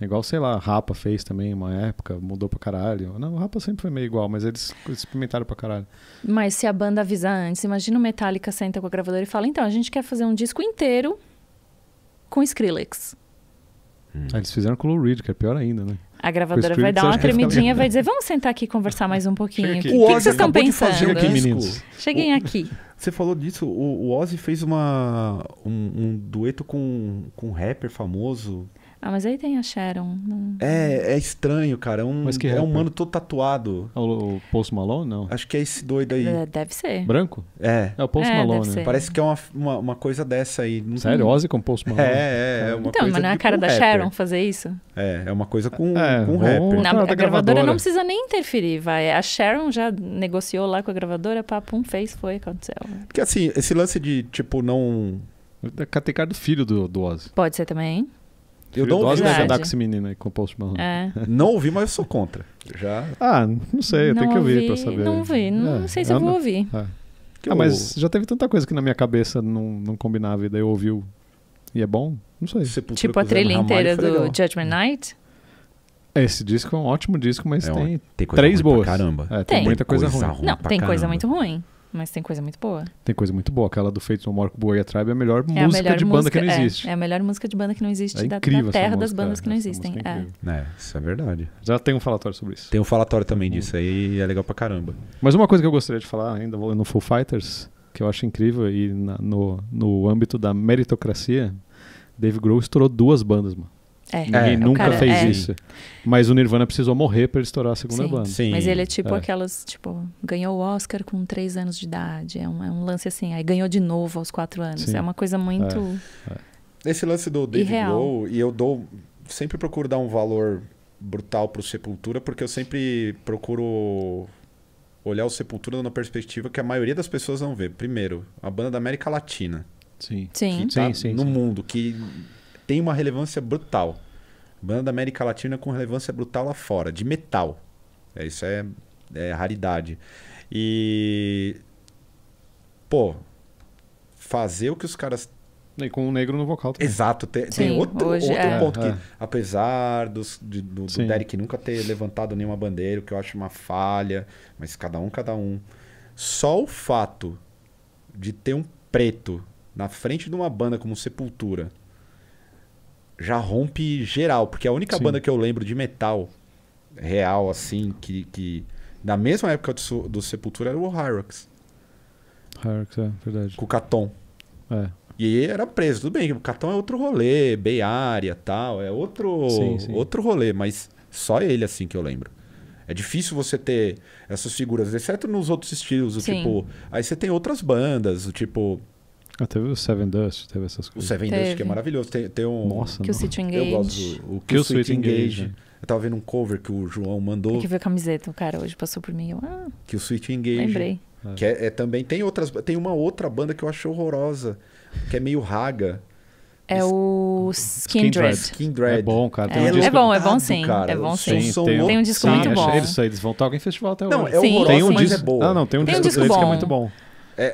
É igual, sei lá, Rapa fez também uma época, mudou pra caralho. Não, o Rapa sempre foi meio igual, mas eles experimentaram pra caralho.
Mas se a banda avisar antes, imagina o Metallica senta com a gravadora e fala: então, a gente quer fazer um disco inteiro com Skrillex.
Ah, eles fizeram com o Lou Reed, que é pior ainda, né?
A gravadora
Skrillex,
vai dar uma
acho que fica
tremidinha e
legal.
vai dizer: vamos sentar aqui e conversar mais um pouquinho.
Chega
O
aqui.
que,
O
que
Ozzy
vocês estão
acabou de fazer
pensando?
um
Chega aqui,
disco.
meninos. É
Cheguem aqui.
Você falou disso, o, o Ozzy fez uma, um, um dueto com, com um rapper famoso.
Ah, mas aí tem a Sharon. não-
É, é estranho, cara. É um,
Mas que
é um
rapper?
mano todo tatuado.
O, o Post Malone, não.
Acho que é esse doido aí.
É, Deve ser.
Branco?
É.
É o Post
É, deve Uhum.
Malone, né?
ser.
Parece que é uma, uma, uma coisa dessa aí. Não-
Sério, Ozzy com Post
É,
Malone?
é, é uma
Então,
coisa
mas não é a
tipo
cara
um
da
rapper.
Sharon fazer isso?
É, é uma coisa com,
É,
com um
vamos-
rapper.
Não,
Na-
cara
a
da
gravadora.
gravadora.
não precisa nem interferir, vai. A Sharon já negociou lá com a gravadora, papo, um fez, foi, aconteceu.
Porque assim, esse lance de, tipo, não.
É Catecar do filho do, do Ozzy.
Pode ser também.
Eu
Filho
não ouvi,
do
né?
Ozzy é
Verdade.
deve andar com esse menino aí, com o Post Malone.
É.
não ouvi, mas eu sou contra. Já.
Tipo
Ah, não sei, eu
não
tenho que ouvir
ouvi,
pra saber.
Não vi, não
É,
sei se eu
anda-
vou ouvir.
que
ah,
eu-
mas já teve tanta coisa que na minha cabeça não, não combinava e daí eu ouvi o- e é bom? Não sei.
Sepultura
Tipo
com
a
o Zé
trilha
Ramalho
é
inteira
foi
do
legal.
Judgment Night.
Hum, Esse disco é um ótimo disco, mas
É
tem,
ótimo. Tem coisa
três
ruim
boas.
pra Caramba.
É, tem,
Tem.
muita coisa, ruim.
não,
pra
tem coisa
caramba.
muito ruim, mas tem coisa muito boa.
Tem coisa muito boa. Aquela do Feito no Morco Boa e a Tribe é a melhor
É a
música
melhor
de banda
música,
que não
é,
existe.
É, a melhor música de banda que não existe
É
da,
incrível
da
essa
terra das
música,
bandas que não
essa
existem.
música é
é.
incrível.
É, isso é verdade.
Já tem um falatório sobre isso.
Tem um falatório também disso aí, é legal pra caramba.
Mas uma coisa que eu gostaria de falar ainda, voltando no Full Fighters, que eu acho incrível, e na- no, no âmbito da meritocracia, Dave Grohl estourou duas bandas, mano.
É,
Ninguém
o
nunca
cara-
fez
é.
isso. Mas o Nirvana precisou morrer pra ele estourar a segunda
Sim.
banda.
Sim.
Mas ele é tipo
é.
aquelas, tipo, ganhou o Oscar com três anos de idade. É um, é um lance assim, aí ganhou de novo aos quatro anos.
Sim.
É uma coisa muito.
Esse lance do Dave
Irreal.
Grohl, e eu dou. Sempre procuro dar um valor brutal pro Sepultura, porque eu sempre procuro olhar o Sepultura numa perspectiva que a maioria das pessoas não vê. Primeiro, a banda da América Latina,
Sim.
Sim.
que tá
Sim, sim,
no
sim.
mundo, que tem uma relevância brutal. Banda da América Latina com relevância brutal lá fora, de metal. É, isso é, é raridade. E. Pô, fazer o que os caras
E com um negro no vocal também.
Exato, tem,
Sim,
tem outro,
hoje
outro
é.
ponto
É,
que,
é.
apesar dos, de- do, do
Sim.
Derek nunca ter levantado nenhuma bandeira, o que eu acho uma falha, mas cada um, cada um. Só o fato de ter um preto na frente de uma banda como Sepultura já rompe geral, porque a única
Sim.
banda que eu lembro de metal real, assim, que. que da mesma época do, Su- do Sepultura era o Hyrax,
Hyrux, é verdade.
com o Caton.
É.
E ele era preso, tudo bem, o Catão é outro rolê, Bay Area tal, é outro,
Sim, sim.
outro rolê, mas só ele assim que eu lembro. É difícil você ter essas figuras, exceto nos outros estilos, o
Sim.
tipo. Aí você tem outras bandas, o tipo.
Ah, teve o Seven Dust, teve essas
O
coisas.
Seven
Teve.
Dust, que é maravilhoso. Tem, tem um.
Nossa,
Que o
não.
City
Eu
Engage.
gosto do o
Kill
Kill
Switch
Sweet Engage.
Engage, né?
Eu tava vendo um cover que o João mandou,
Tem é que ver a camiseta, o cara hoje passou por mim. Eu, ah,
que o Sweet Engage.
lembrei.
Que é, é também. Tem outras. Tem uma outra banda que eu acho horrorosa, que é meio raga.
É o
Skin
Skin Dread.
Dread.
Skin Dread.
É bom, cara. Tem
É,
um
é
disco...
bom, é bom sim,
Cara,
é bom
o
sim.
som
Tem,
Tem um disco muito
acho-
bom.
Eles, eles vão tocar em festival até
Não,
hoje.
é
Sim.
horrorosa,
Tem um
mas
disco.
é boa.
Ah, não, tem um
Tem um
disco,
disco
deles que é
bom.
muito bom.
É,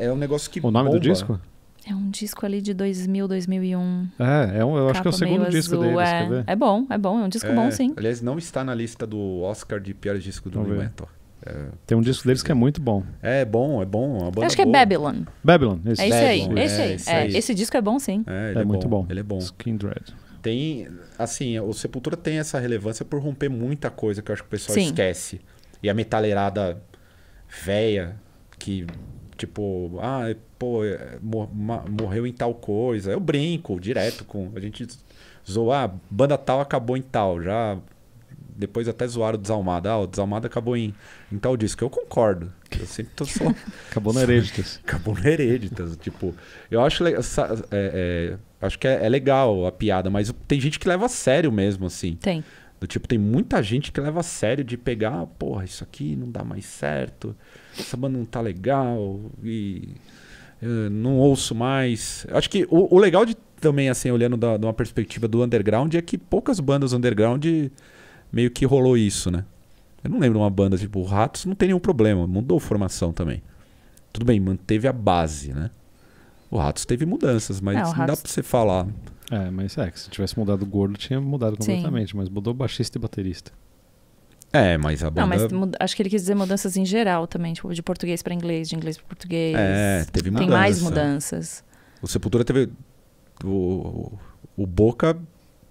é- é- é um negócio que.
O nome do
bomba.
disco?
É um disco ali de 2000, 2001.
É, é um, eu acho que é o
capa meio
segundo disco
azul,
deles,
é.
quer ver?
É bom, é bom, é um disco
É,
bom sim.
Aliás, não está na lista do Oscar de piores discos do
Vamos
New
ver.
Metal. É,
Tem um disco deles que é muito bom.
é bom, é bom. é uma banda
Eu acho que é
boa.
Babylon.
Babylon, esse.
É isso aí,
Babylon,
esse
é,
aí.
isso
é,
aí.
Esse disco é bom sim.
É, ele
É, muito bom.
Ele é bom.
Skin Dread.
Tem, assim, o Sepultura tem essa relevância por romper muita coisa que eu acho que o pessoal
Sim.
esquece. E a metaleirada véia que Tipo, ah, pô, é, mor- ma- morreu em tal coisa. Eu brinco direto com. A gente zoa, ah, banda tal acabou em tal. Já. Depois até zoaram o Desalmada. Ah, o Desalmada acabou em, em tal disco. Eu concordo. Eu sempre tô só.
Acabou na Hereditas.
acabou no Hereditas. tipo, eu acho, le- essa- é, é, acho que é, é legal a piada, mas tem gente que leva a sério mesmo, assim.
Tem.
Do tipo, tem muita gente que leva a sério de pegar, porra, isso aqui não dá mais certo, essa banda não tá legal, e eh, não ouço mais. Acho que o, o legal de também, assim, olhando da- de uma perspectiva do underground, é que poucas bandas underground meio que rolou isso, né? Eu não lembro uma banda, tipo, o Ratos não tem nenhum problema, mudou formação também. Tudo bem, manteve a base, né? O Ratos teve mudanças, mas
É, o
não dá
Ratos-
pra você falar.
É, mas é, que se tivesse mudado o gordo, tinha mudado
Sim.
completamente. Mas mudou baixista e baterista.
É, mas a
Não,
banda.
mas muda- acho que ele quis dizer mudanças em geral também, tipo, de português para inglês, de inglês para português.
É, teve
Tem mais
mudança.
mudanças.
O Sepultura teve. O, o- o Boca,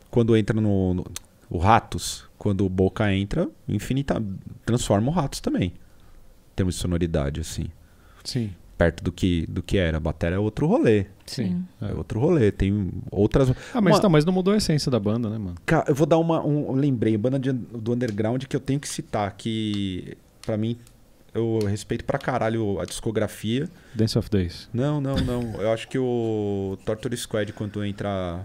quando entra no, no- O Ratos, quando o Boca entra, infinita. Transforma o Ratos também. Em termos de sonoridade, assim.
Sim.
Perto do que, do que era. A Batera é outro rolê.
Sim.
É
É.
outro rolê. Tem outras.
Ah, mas,
Uma-
não, mas não mudou a essência da banda, né, mano?
Ca- eu vou dar uma, um, um lembrei, banda de- do underground que eu tenho que citar, que pra mim eu respeito pra caralho a discografia.
Dance of Days.
Não, não, não. Eu acho que o Torture Squad, quando entra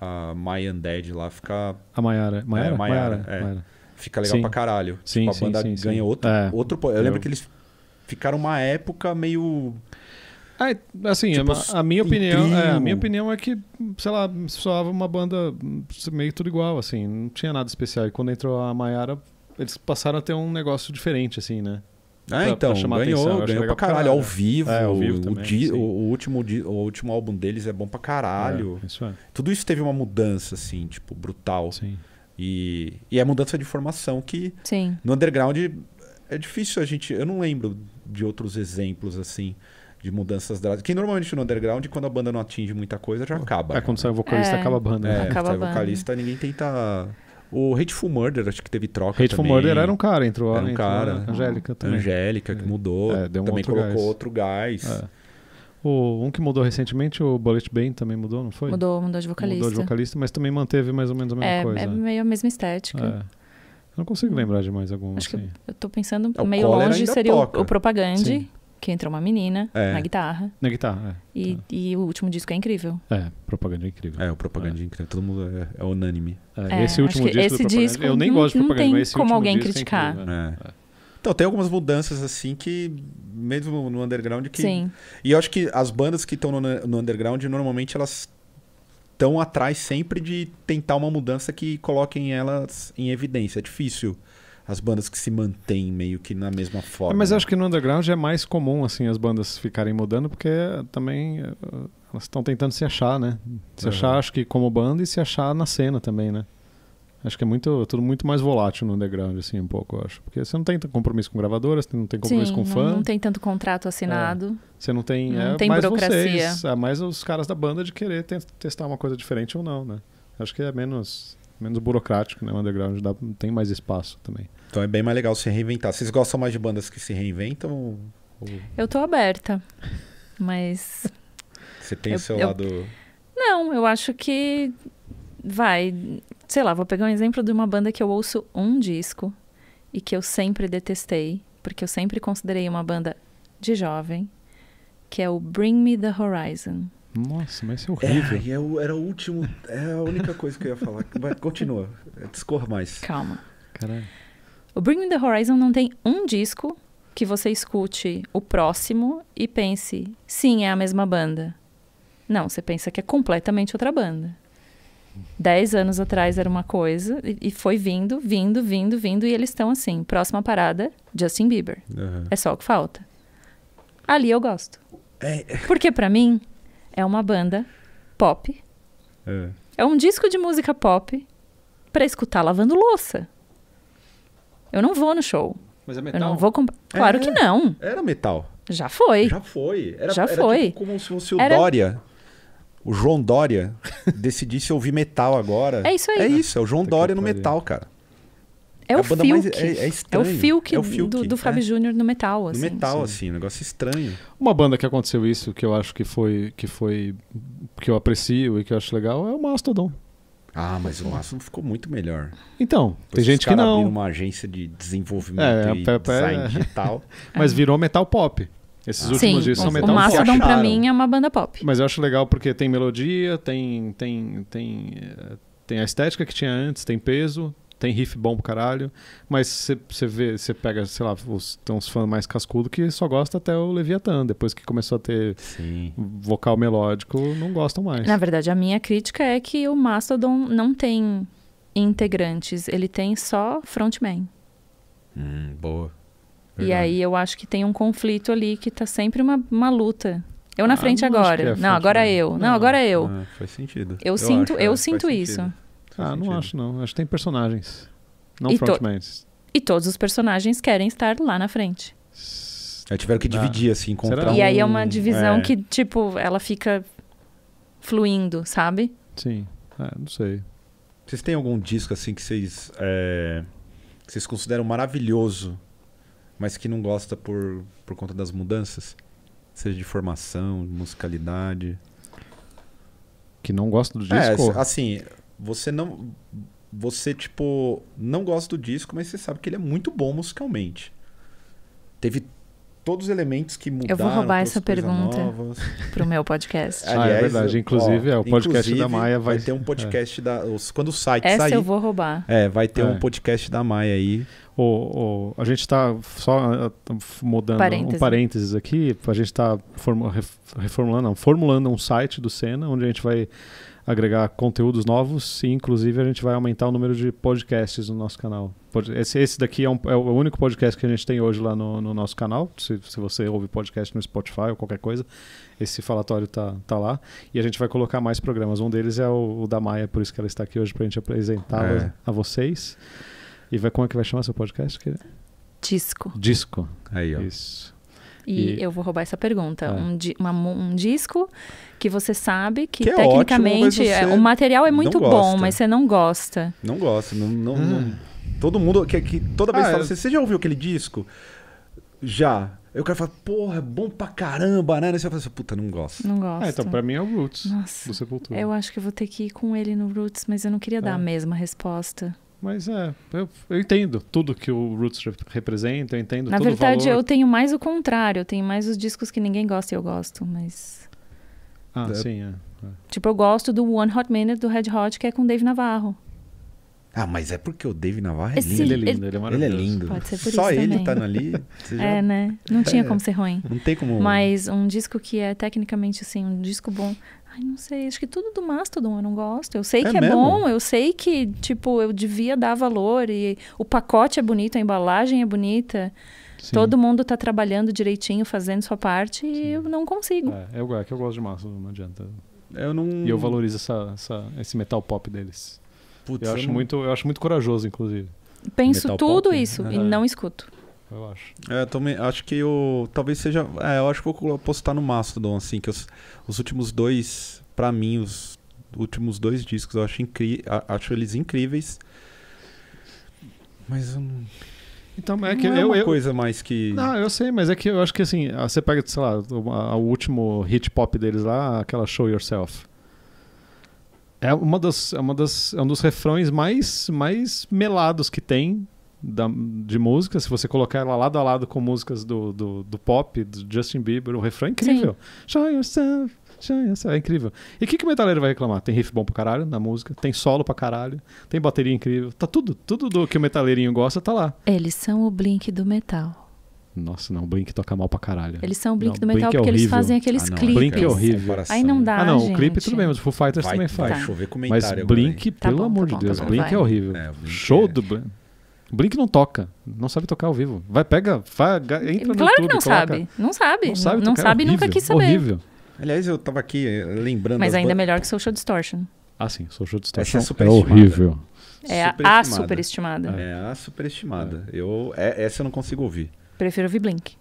a My Undead lá, fica,
A Maiara.
É,
Maiara?
Maiara, é. fica legal
Sim.
pra caralho.
Sim,
tipo, a
sim,
banda
sim, sim.
ganha outro.
É.
outro po- eu lembro
Eu-
que eles ficaram uma época meio.
Ah, assim,
Tipo,
a, a minha
em
opinião, é, a
trio.
minha opinião é que, sei lá, soava uma banda meio tudo igual, assim, não tinha nada especial. E quando entrou a Maiara, eles passaram a ter um negócio diferente, assim, né?
Ah,
pra
então,
chamar
ganhou,
atenção, eu
ganhou
acho
pra
legal pra
caralho.
caralho.
Ao vivo,
É, ao vivo
o,
também,
di-
sim.
o último, di- o último álbum deles é bom pra caralho.
É, isso é,
Tudo isso teve uma mudança, assim, tipo, brutal.
sim.
E, e é mudança de formação que
Sim.
No underground é difícil a gente. Eu não lembro de outros exemplos assim de mudanças drásticas. Que normalmente no underground, quando a banda não atinge muita coisa, já acaba.
É, quando sai o vocalista,
É.
acaba a banda.
É,
né?
acaba
sai
a banda.
vocalista, ninguém tenta. O Hateful Murder, acho que teve troca.
Hateful
também.
Murder era um cara, entrou,
Era um
entrou
cara.
a Angélica também.
Angélica, que mudou.
É, deu um
também
outro
colocou
gás.
outro gás.
É. O, um que mudou recentemente, o Bullet Bane, também mudou, não foi?
Mudou, mudou de vocalista.
Mudou de vocalista, mas também manteve mais ou menos a mesma
é,
coisa.
é
né?
meio a mesma estética.
É. Eu não consigo lembrar de mais algum.
Acho que
assim.
Eu tô pensando
É, o
meio
Collor
longe,
ainda
seria o,
toca.
o Propagande,
Sim.
que entra uma menina
É.
na guitarra.
Na guitarra,
E, e o último disco é incrível.
é. É, propaganda é incrível.
É, o propagandinho, que todo mundo é, é unânime.
É, e
É,
esse último
acho que
disco,
esse
do propaganda,
disco
eu nem
não-
gosto de
não
propaganda,
tem
mas esse
como
último
alguém
disco é
criticar.
incrível, né?
É. Então, tem algumas mudanças assim que, mesmo no underground, que
Sim.
E eu acho que as bandas que estão no, no underground, normalmente elas estão atrás sempre de tentar uma mudança que coloquem elas em evidência. É difícil as bandas que se mantêm meio que na mesma
É,
forma. né?
mas eu acho que no underground é mais comum assim as bandas ficarem mudando, porque também eh, elas estão tentando se achar, né? Se
Uhum.
achar, acho que como banda e se achar na cena também, né? Acho que é muito, tudo muito mais volátil no underground, assim, um pouco, eu acho. Porque você não tem t- compromisso com gravadora, você não tem compromisso
Sim,
com
não,
fã,
não tem tanto contrato assinado.
você não tem. é
não tem
mais
burocracia.
vocês, é mais os caras da banda de querer te- testar uma coisa diferente ou não, né? Acho que é menos, menos burocrático, né? O underground dá, tem mais espaço também.
Então é bem mais legal se reinventar. Vocês gostam mais de bandas que se reinventam? Ou
Eu tô aberta. Mas.
você tem
Eu-
o seu
eu-
lado.
Não, eu acho que. Vai. Sei lá, vou pegar um exemplo de uma banda que eu ouço um disco e que eu sempre detestei, porque eu sempre considerei uma banda de jovem, que é o Bring Me the Horizon.
Nossa, mas isso é horrível.
era o último. É a única coisa que eu ia falar. Vai, continua. Discorra mais.
Calma.
Caralho.
O Bring Me The Horizon não tem um disco que você escute o próximo e pense, sim, é a mesma banda. Não, você pensa que é completamente outra banda. Dez anos atrás era uma coisa e, e foi vindo, vindo, vindo, vindo, e eles estão assim. Próxima parada, Justin Bieber. É só o que falta. Ali eu gosto.
É,
Porque pra mim é uma banda pop. É um disco de música pop pra escutar lavando louça. Eu não vou no show.
Mas é
Eu não vou comprar. Claro
É.
que não.
Era metal.
Já foi.
Já foi. Era,
Já
era
foi.
tipo como se fosse o
Era-
Dória. O João Dória decidisse ouvir metal agora.
É isso aí.
É isso, é o João
que
Dória no
pariu.
metal, cara.
É
a
o
banda
Fiuk.
mais- é- é estranho.
o Fiuk,
É o Fiuk,
do, do
é.
Fábio Júnior no metal,
No
assim.
metal, assim, um negócio estranho.
Uma banda que aconteceu isso, que eu acho que foi. que foi. que eu aprecio e que eu acho legal é o Mastodon.
Ah, mas o Mastodon ficou muito melhor.
Então,
Depois
tem
os
gente que
cara
não,
abriram uma agência de desenvolvimento
É,
e
a Pepe-
design digital.
mas virou metal pop. Esses últimos
Ah, Sim,
dias são
o-
metal
o
pop.
Mastodon pra
acharam.
mim é uma banda pop.
Mas eu acho legal porque tem melodia, tem tem tem eh, tem a estética que tinha antes, tem peso, tem riff bom pro caralho, mas você vê, você pega, sei lá, os, tem uns fãs mais cascudo que só gosta até o Leviathan, depois que começou a ter
Sim.
vocal melódico, não gostam mais. Ah,
Na verdade, a minha crítica é que o Mastodon não tem integrantes, ele tem só frontman.
Hum, boa.
E
Verdade.
aí eu acho que tem um conflito ali que tá sempre uma, uma luta. Eu na
Ah,
frente
não acho
agora.
que é
não,
frontman.
agora eu. Não,
Não,
agora eu.
Ah, faz sentido.
Eu sinto-
acho,
eu
é,
sinto
faz
isso.
sentido. Faz
ah, não
sentido.
acho não. Acho que tem personagens, não
E to-
frontmans.
E todos os personagens querem estar lá na frente.
Aí tiveram que
Ah.
dividir, assim, encontrar
Será?
um-
e aí é uma divisão
é.
que, tipo, ela fica fluindo, sabe?
Sim. É, não sei.
Vocês têm algum disco, assim, que vocês... é, que vocês consideram maravilhoso, mas que não gosta por, por conta das mudanças? Seja de formação, de musicalidade...
Que não gosto do disco.
É, assim, você não... Você, tipo, não gosta do disco, mas você sabe que ele é muito bom musicalmente. Teve todos os elementos que mudaram.
vou roubar
trouxe
essa
coisas
pergunta.
novas.
Pro meu podcast.
Ah, é verdade. Inclusive, é, o podcast
inclusive,
da Maia vai- É.
ter um podcast da. os- Quando o site
Essa
sair.
eu vou roubar.
É, vai ter
É.
um podcast da Maia aí.
O, o- a gente está só ah, tam- f- mudando
Parêntese.
um parênteses aqui. A gente está reformulando, não, formulando um site do Senna, onde a gente vai agregar conteúdos novos e, inclusive, a gente vai aumentar o número de podcasts no nosso canal. Pod- Esse, esse daqui é, um- é o único podcast que a gente tem hoje lá no, no nosso canal. Se, se você ouve podcast no Spotify ou qualquer coisa, esse falatório tá, tá lá. E a gente vai colocar mais programas. Um deles é o, o da Maia, por isso que ela está aqui hoje para a gente apresentá-la
É.
a vocês. E vai, como é que vai chamar seu podcast? querida?
Disco.
Disco.
Aí, ó.
Isso.
E,
E-
eu vou roubar essa pergunta.
É.
Um, di- uma mu- um disco que você sabe que,
Que é
tecnicamente
ótimo, mas
é,
você
o material é muito
não
bom,
gosta.
mas você não gosta.
Não gosto. Não, não,
Ah.
não- Todo mundo. Que, que toda vez
Ah,
fala
é.
eu-
assim: você já ouviu aquele disco? Já. Eu quero falar, porra, é bom pra caramba, né? Aí você fala assim, puta, não gosto.
Não gosta.
Ah, então, pra mim é o Roots
Nossa.
do Sepultura.
Eu acho que eu vou ter que ir com ele no Roots, mas eu não queria dar a mesma resposta.
Mas é, eu, eu entendo tudo que o Roots re- representa, eu entendo
Na
todo
verdade,
o valor.
eu tenho mais o contrário. Eu tenho mais os discos que ninguém gosta e eu gosto, mas...
Ah,
É.
sim, é.
Tipo, eu gosto do One Hot Minute do Red Hot, que é com Dave Navarro.
Ah, mas é porque o Dave Navarro é
Esse-
lindo.
Ele é
Ele-
lindo, ele é
Ele é
maravilhoso.
lindo.
Pode ser por
Só
isso
ele
também.
tá ali. Você já-
É, né? Não tinha
É. Hum.
como ser ruim.
Não tem como.
Mas um disco que é tecnicamente assim, um disco bom. Ai, não sei, acho que tudo do Mastodon eu não gosto. Eu sei
É
que é
mesmo?
bom, eu sei que, tipo, eu devia dar valor e o pacote é bonito, a embalagem é bonita,
Sim.
todo mundo tá trabalhando direitinho, fazendo sua parte e eu não consigo.
É, eu, é que eu gosto de massa, não adianta.
Eu não.
E
Uhum.
eu valorizo essa, essa- esse metal pop deles.
Putz,
Eu acho,
não-
muito, eu acho muito corajoso, inclusive.
Penso
Metal
tudo
pop,
isso e
né?
não escuto.
Eu acho.
É, eu também acho que eu. Talvez seja. É, eu acho que eu vou postar no Mastodon, assim, que os, os últimos dois, pra mim, os últimos dois discos, eu acho, incri, a- acho eles incríveis. Mas eu não,
Então,
é
é que
não é
eu,
uma
eu,
coisa mais que.
Não, eu sei, mas é que eu acho que assim, ah, você pega, sei lá, o a- o último hit pop deles lá, aquela Show Yourself. É uma das, é uma das, é um dos refrões mais, mais melados que tem da- de música. Se você colocar ela lado a lado com músicas do, do, do pop, do Justin Bieber, o refrão é incrível. Show Yourself, Show Yourself, é incrível. E o que, que o metaleiro vai reclamar? Tem riff bom pra caralho na música, tem solo pra caralho, tem bateria incrível, tá tudo, tudo do que o metaleirinho gosta tá lá.
Eles são o Blink do metal.
Nossa, não, o Blink toca mal pra caralho.
Eles são o Blink
Não,
do metal
Blink é
porque eles
horrível.
fazem aqueles
Ah, não,
clipes.
Blink é horrível.
comparação.
Aí não dá,
Ah, não,
gente.
o clipe tudo bem, mas o Foo Fighters
Vai,
também tá.
vai
faz.
chover
Mas
comentário. agora
Blink,
Tá
pelo
bom,
amor
tá
de
bom,
Deus,
tá bom,
Blink
vai.
é horrível.
É, o Blink
Show
é-
do Blink. Blink não toca, não sabe tocar ao vivo. Vai, pega, vai, ga- entra no
Claro
YouTube,
que não
coloca.
sabe. Não sabe.
Não sabe,
não
tocar, é
sabe e nunca
horrível,
quis saber.
Horrível.
aí. Aliás, eu tava aqui eh, lembrando.
Mas
as
ainda é
ban-
melhor que Social Distortion.
Ah, sim, sou show de
Essa é
distorção. É
superestimada.
horrível.
É a- a
Superestimada.
superestimada.
É a superestimada. Eu, é- essa eu não consigo ouvir.
Prefiro ouvir Blink.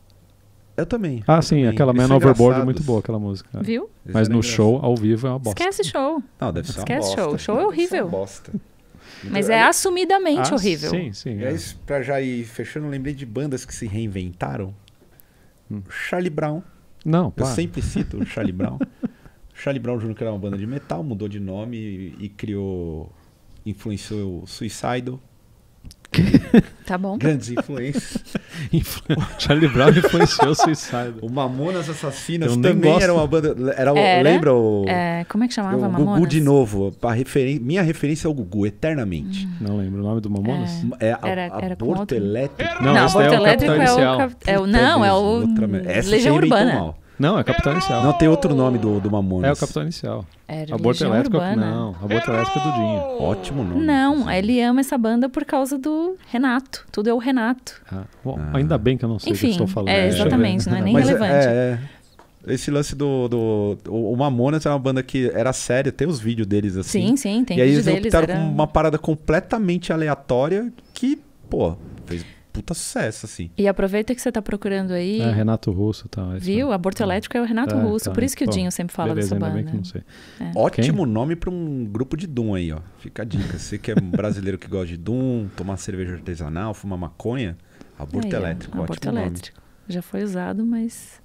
Eu também.
Ah, sim,
Também.
aquela
Eles
Man
são
Overboard é
engraçados.
muito boa aquela música. é.
Viu?
Eles
Mas
eram
no
engraçados.
show, ao vivo, é uma bosta.
Esquece show.
Não, deve ser uma
Esquece
bosta. Deve
show. Show é
ser uma
horrível.
bosta.
Mas é assumidamente
Ah,
horrível.
Sim, sim. é.
Aliás, pra já ir fechando, eu lembrei de bandas que se reinventaram. Charlie Brown.
Não,
Eu
para.
sempre cito o Charlie Brown. Charlie Brown Jr., que era uma banda de metal, mudou de nome e, e criou. Influenciou o Suicidal.
Tá bom?
Grandes influências.
Influ- Charlie Brown influenciou o Suicide.
O Mamonas Assassinas
Eu nem
também
gosto.
era uma banda. Era, o-
Era.
Lembra o.
É, como é que chamava
o
Mamonas?
Gugu de novo. A referen- minha referência é o Gugu, eternamente.
É.
Não lembro o nome do Mamonas?
É a,
Hum. Era- era com
aborto
outro-
elétrico.
Não,
esse daí
Aborto
é o Capitão
Elétrico é o...
Inicial.
cap- é o-
Puta,
Não, é
Deus,
o...
outra merda. Essa
Legião
você inventou
Urbana.
mal.
Não, é Capitão Inicial.
Não, tem outro nome do, do Mamonas.
É o Capitão Inicial.
Era
Aborto
É, Legião
Elétrico. é
Urbana.
Não, Aborto Elétrico é do Dinho.
Ótimo nome.
Não, é ele ama essa banda por causa do Renato. Tudo é o Renato.
Ah, bom, ainda bem que eu não sei o que eu
Enfim,
estou falando.
é,
Deixa eu ver.
exatamente, não é nem
Mas é-
relevante.
É, é. esse lance do, do. O o Mamonas é uma banda que era séria, tem os vídeos deles assim.
Sim, sim, tem
E aí
vídeo
eles
deles.
optaram
Era...
com uma parada completamente aleatória que, pô, fez puta sucesso, assim.
E aproveita que você tá procurando aí,
É, Renato Russo e tal. é isso
viu?
mesmo.
Aborto Elétrico é o Renato
É,
Russo,
tá,
por isso que o
pô,
Dinho sempre fala
Beleza,
dessa
ainda bem que
banda.
não sei.
Ótimo nome pra um grupo de Doom aí, ó. Fica a dica. Você que é um brasileiro que gosta de Doom, tomar cerveja artesanal, fumar maconha, aborto
Aí, ó,
elétrico, ótimo
É, Aborto
nome.
Elétrico. Já foi usado, mas...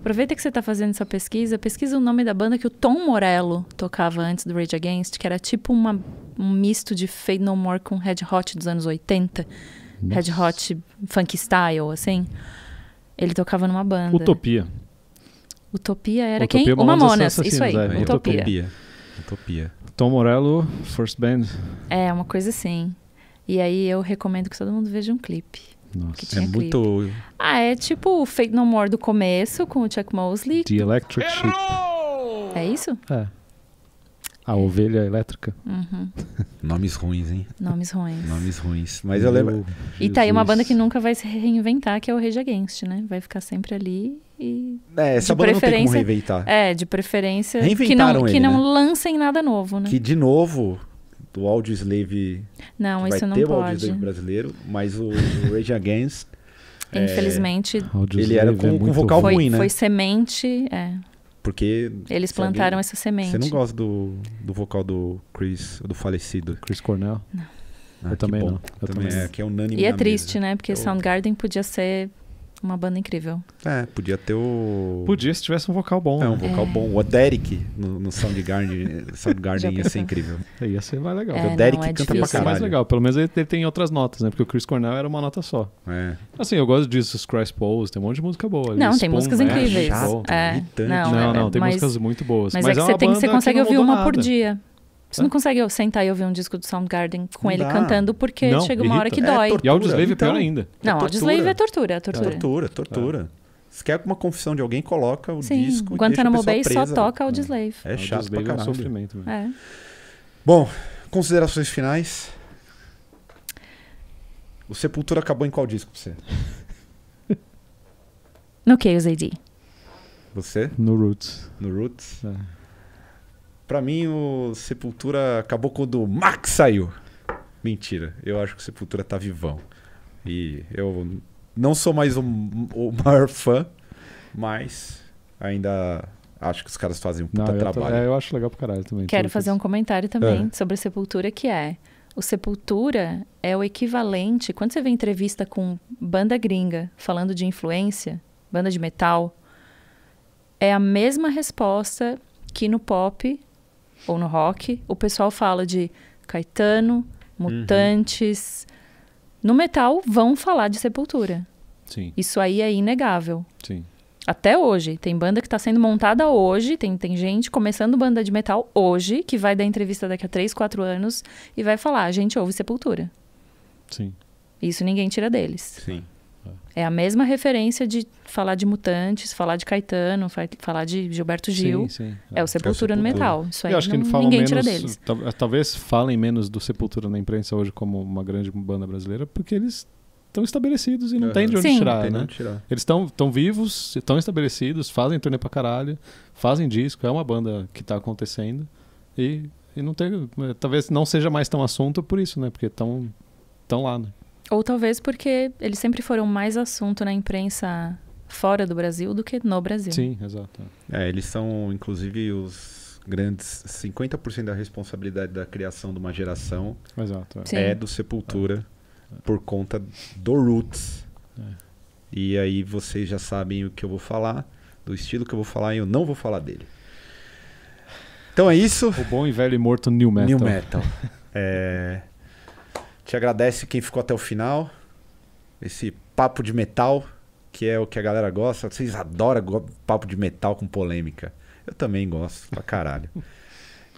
Aproveita que você tá fazendo essa pesquisa, pesquisa o nome da banda que o Tom Morello tocava antes do Rage Against, que era tipo uma- um misto de Fade No More com Red Hot dos anos 80. Red Hot Funk Style, assim. Ele tocava numa banda.
Utopia.
Utopia
Utopia,
era
é
quem? O
Mamonas
Mamonas,
Assassinas,
isso aí,
é,
Aí, ó,
Utopia.
Utopia. Utopia.
Tom Morello, First Band.
É, uma coisa assim. E aí eu recomendo que todo mundo veja um clipe.
Nossa.
É
Tinha
muito.
Ah, é tipo o Fate No More do começo, com o Chuck Mosley.
é The Electric Sheep.
É isso?
É. A ovelha elétrica.
Nomes ruins, hein?
Nomes ruins.
Nomes ruins. Mas eu lembro.
E tá aí uma
Jesus.
banda que nunca vai se reinventar, que é o Rage Against, né? Vai ficar sempre ali e...
É, essa
De
banda não tem como
preferência-
reinventar.
É, de preferência... Que
Reinventaram
não, que
ele,
não
né?
lancem nada novo, né?
Que, de novo, o Audio Slave
Não,
vai
isso não
ter o Audio
pode.
Slave brasileiro, mas o, o Rage Against é,
Infelizmente,
Audio
Ele era
Slave
com-
é
com
muito
vocal
ruim.
foi,
Tá ruim, né?
foi semente... É,
Porque
eles
Se alguém-
plantaram essa semente.
você não gosta do, do vocal do Chris, do falecido.
Chris Cornell.
Ah,
Eu
que
também
bom.
não. Eu
também,
também
é, que é unânime
E é
na
triste, né? Porque
Eu-
Soundgarden podia ser uma banda incrível.
mesa. É, podia ter o...
Podia se tivesse um vocal bom.
É, um
né?
vocal bom. O Derek no, no Soundgarden,
Já
Soundgarden ia ser
pensou?
incrível.
Aí Ia ser mais legal.
É,
o
não,
Derek
é
canta
difícil.
pra
Ia
Isso é
caralho.
mais legal. Pelo menos ele ele tem outras notas, né? Porque o Chris Cornell era uma nota só.
É.
Assim, eu gosto disso, os Crash Pose, tem um monte de música boa.
Não,
Eles
tem
Spoon
músicas
Mash,
incríveis.
chato, né?
É,
irritante.
não,
né, Não, não,
é,
tem
mas,
músicas muito boas.
mas é que
uma
você tem que você
banda
consegue
não
ouvir
mudou
uma
nada.
por dia. Você
Hã?
não consegue sentar e ouvir um disco do Soundgarden com
Não
ele
dá.
cantando porque
Não,
chega uma hora que
irrita.
É
dói.
tortura.
E Audioslave é pior
Então,
ainda.
não,
tortura.
Audioslave é tortura, é tortura.
Tortura, tortura.
É.
Se quer alguma confissão de alguém, coloca o
Sim,
disco
Guantanamo
e deixa a
Bay
pessoa
só
presa.
toca Audioslave.
É chato pra
Audioslave é um
caralho.
sofrimento. velho.
É.
Bom, considerações finais. O Sepultura acabou em qual disco pra você?
No Chaos AD.
Você?
No Roots.
No Roots?
É.
Pra mim, o Sepultura acabou quando o Max saiu. Mentira, eu acho que o Sepultura tá vivão. E eu não sou mais o, o maior fã, mas ainda acho que os caras fazem um
Não,
puta
eu,
trabalho.
é, eu acho legal pra caralho também.
Quero
tudo
fazer um
isso.
comentário também sobre a Sepultura, que é... O Sepultura é o equivalente... Quando você vê entrevista com banda gringa falando de influência, banda de metal, é a mesma resposta que no pop ou no rock o pessoal fala de Caetano,
Uhum.
Mutantes... No metal vão falar de Sepultura.
Sim,
Isso aí é inegável.
sim.
Até hoje. Tem banda que está sendo montada hoje, tem, tem gente começando banda de metal hoje, que vai dar entrevista daqui a 3, 4 anos e vai falar: a gente ouve Sepultura.
Sim.
Isso ninguém tira deles.
Sim.
É a mesma referência de falar de Mutantes, falar de Caetano, fa- falar de Gilberto Gil.
Sim, sim.
É o Sepultura no
Sepultura.
metal. Isso aí
Eu acho que
não-
falam
ninguém
menos,
tira deles.
tal- talvez falem menos do Sepultura na imprensa hoje como uma grande banda brasileira, porque eles estão estabelecidos e não
Aham.
tem de onde
Sim.
tirar,
Tem
né?
não tirar.
Eles estão vivos, estão estabelecidos, fazem turnê pra caralho, fazem disco, é uma banda que tá acontecendo e, e não tem, é, talvez não seja mais tão assunto por isso, né? Porque estão tão lá, né?
Ou talvez porque eles sempre foram mais assunto na imprensa fora do Brasil do que no Brasil.
Sim, exato.
É, eles são, inclusive, os grandes, 50% da responsabilidade da criação de uma geração
Exato. é.
Sim.
é do Sepultura por conta do Roots.
É.
E aí vocês já sabem o que eu vou falar, do estilo que eu vou falar e eu não vou falar dele. Então é isso.
O bom e velho e morto New Metal.
New Metal. É, Te agradece quem ficou até o final. Esse papo de metal, que é o que a galera gosta. Vocês adoram go- papo de metal com polêmica. Eu também gosto, pra caralho.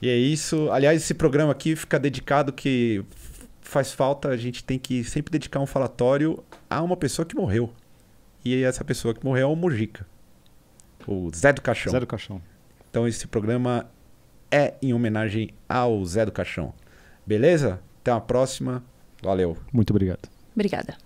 e é isso. Aliás, esse programa aqui fica dedicado que f- faz falta, a gente tem que sempre dedicar um falatório a uma pessoa que morreu. E essa pessoa que morreu é o Mujica. O Zé do Caixão.
Zero caixão.
Então esse programa é em homenagem ao Zé do Caixão. Beleza? Até a próxima. Valeu.
Muito obrigado.
Obrigada.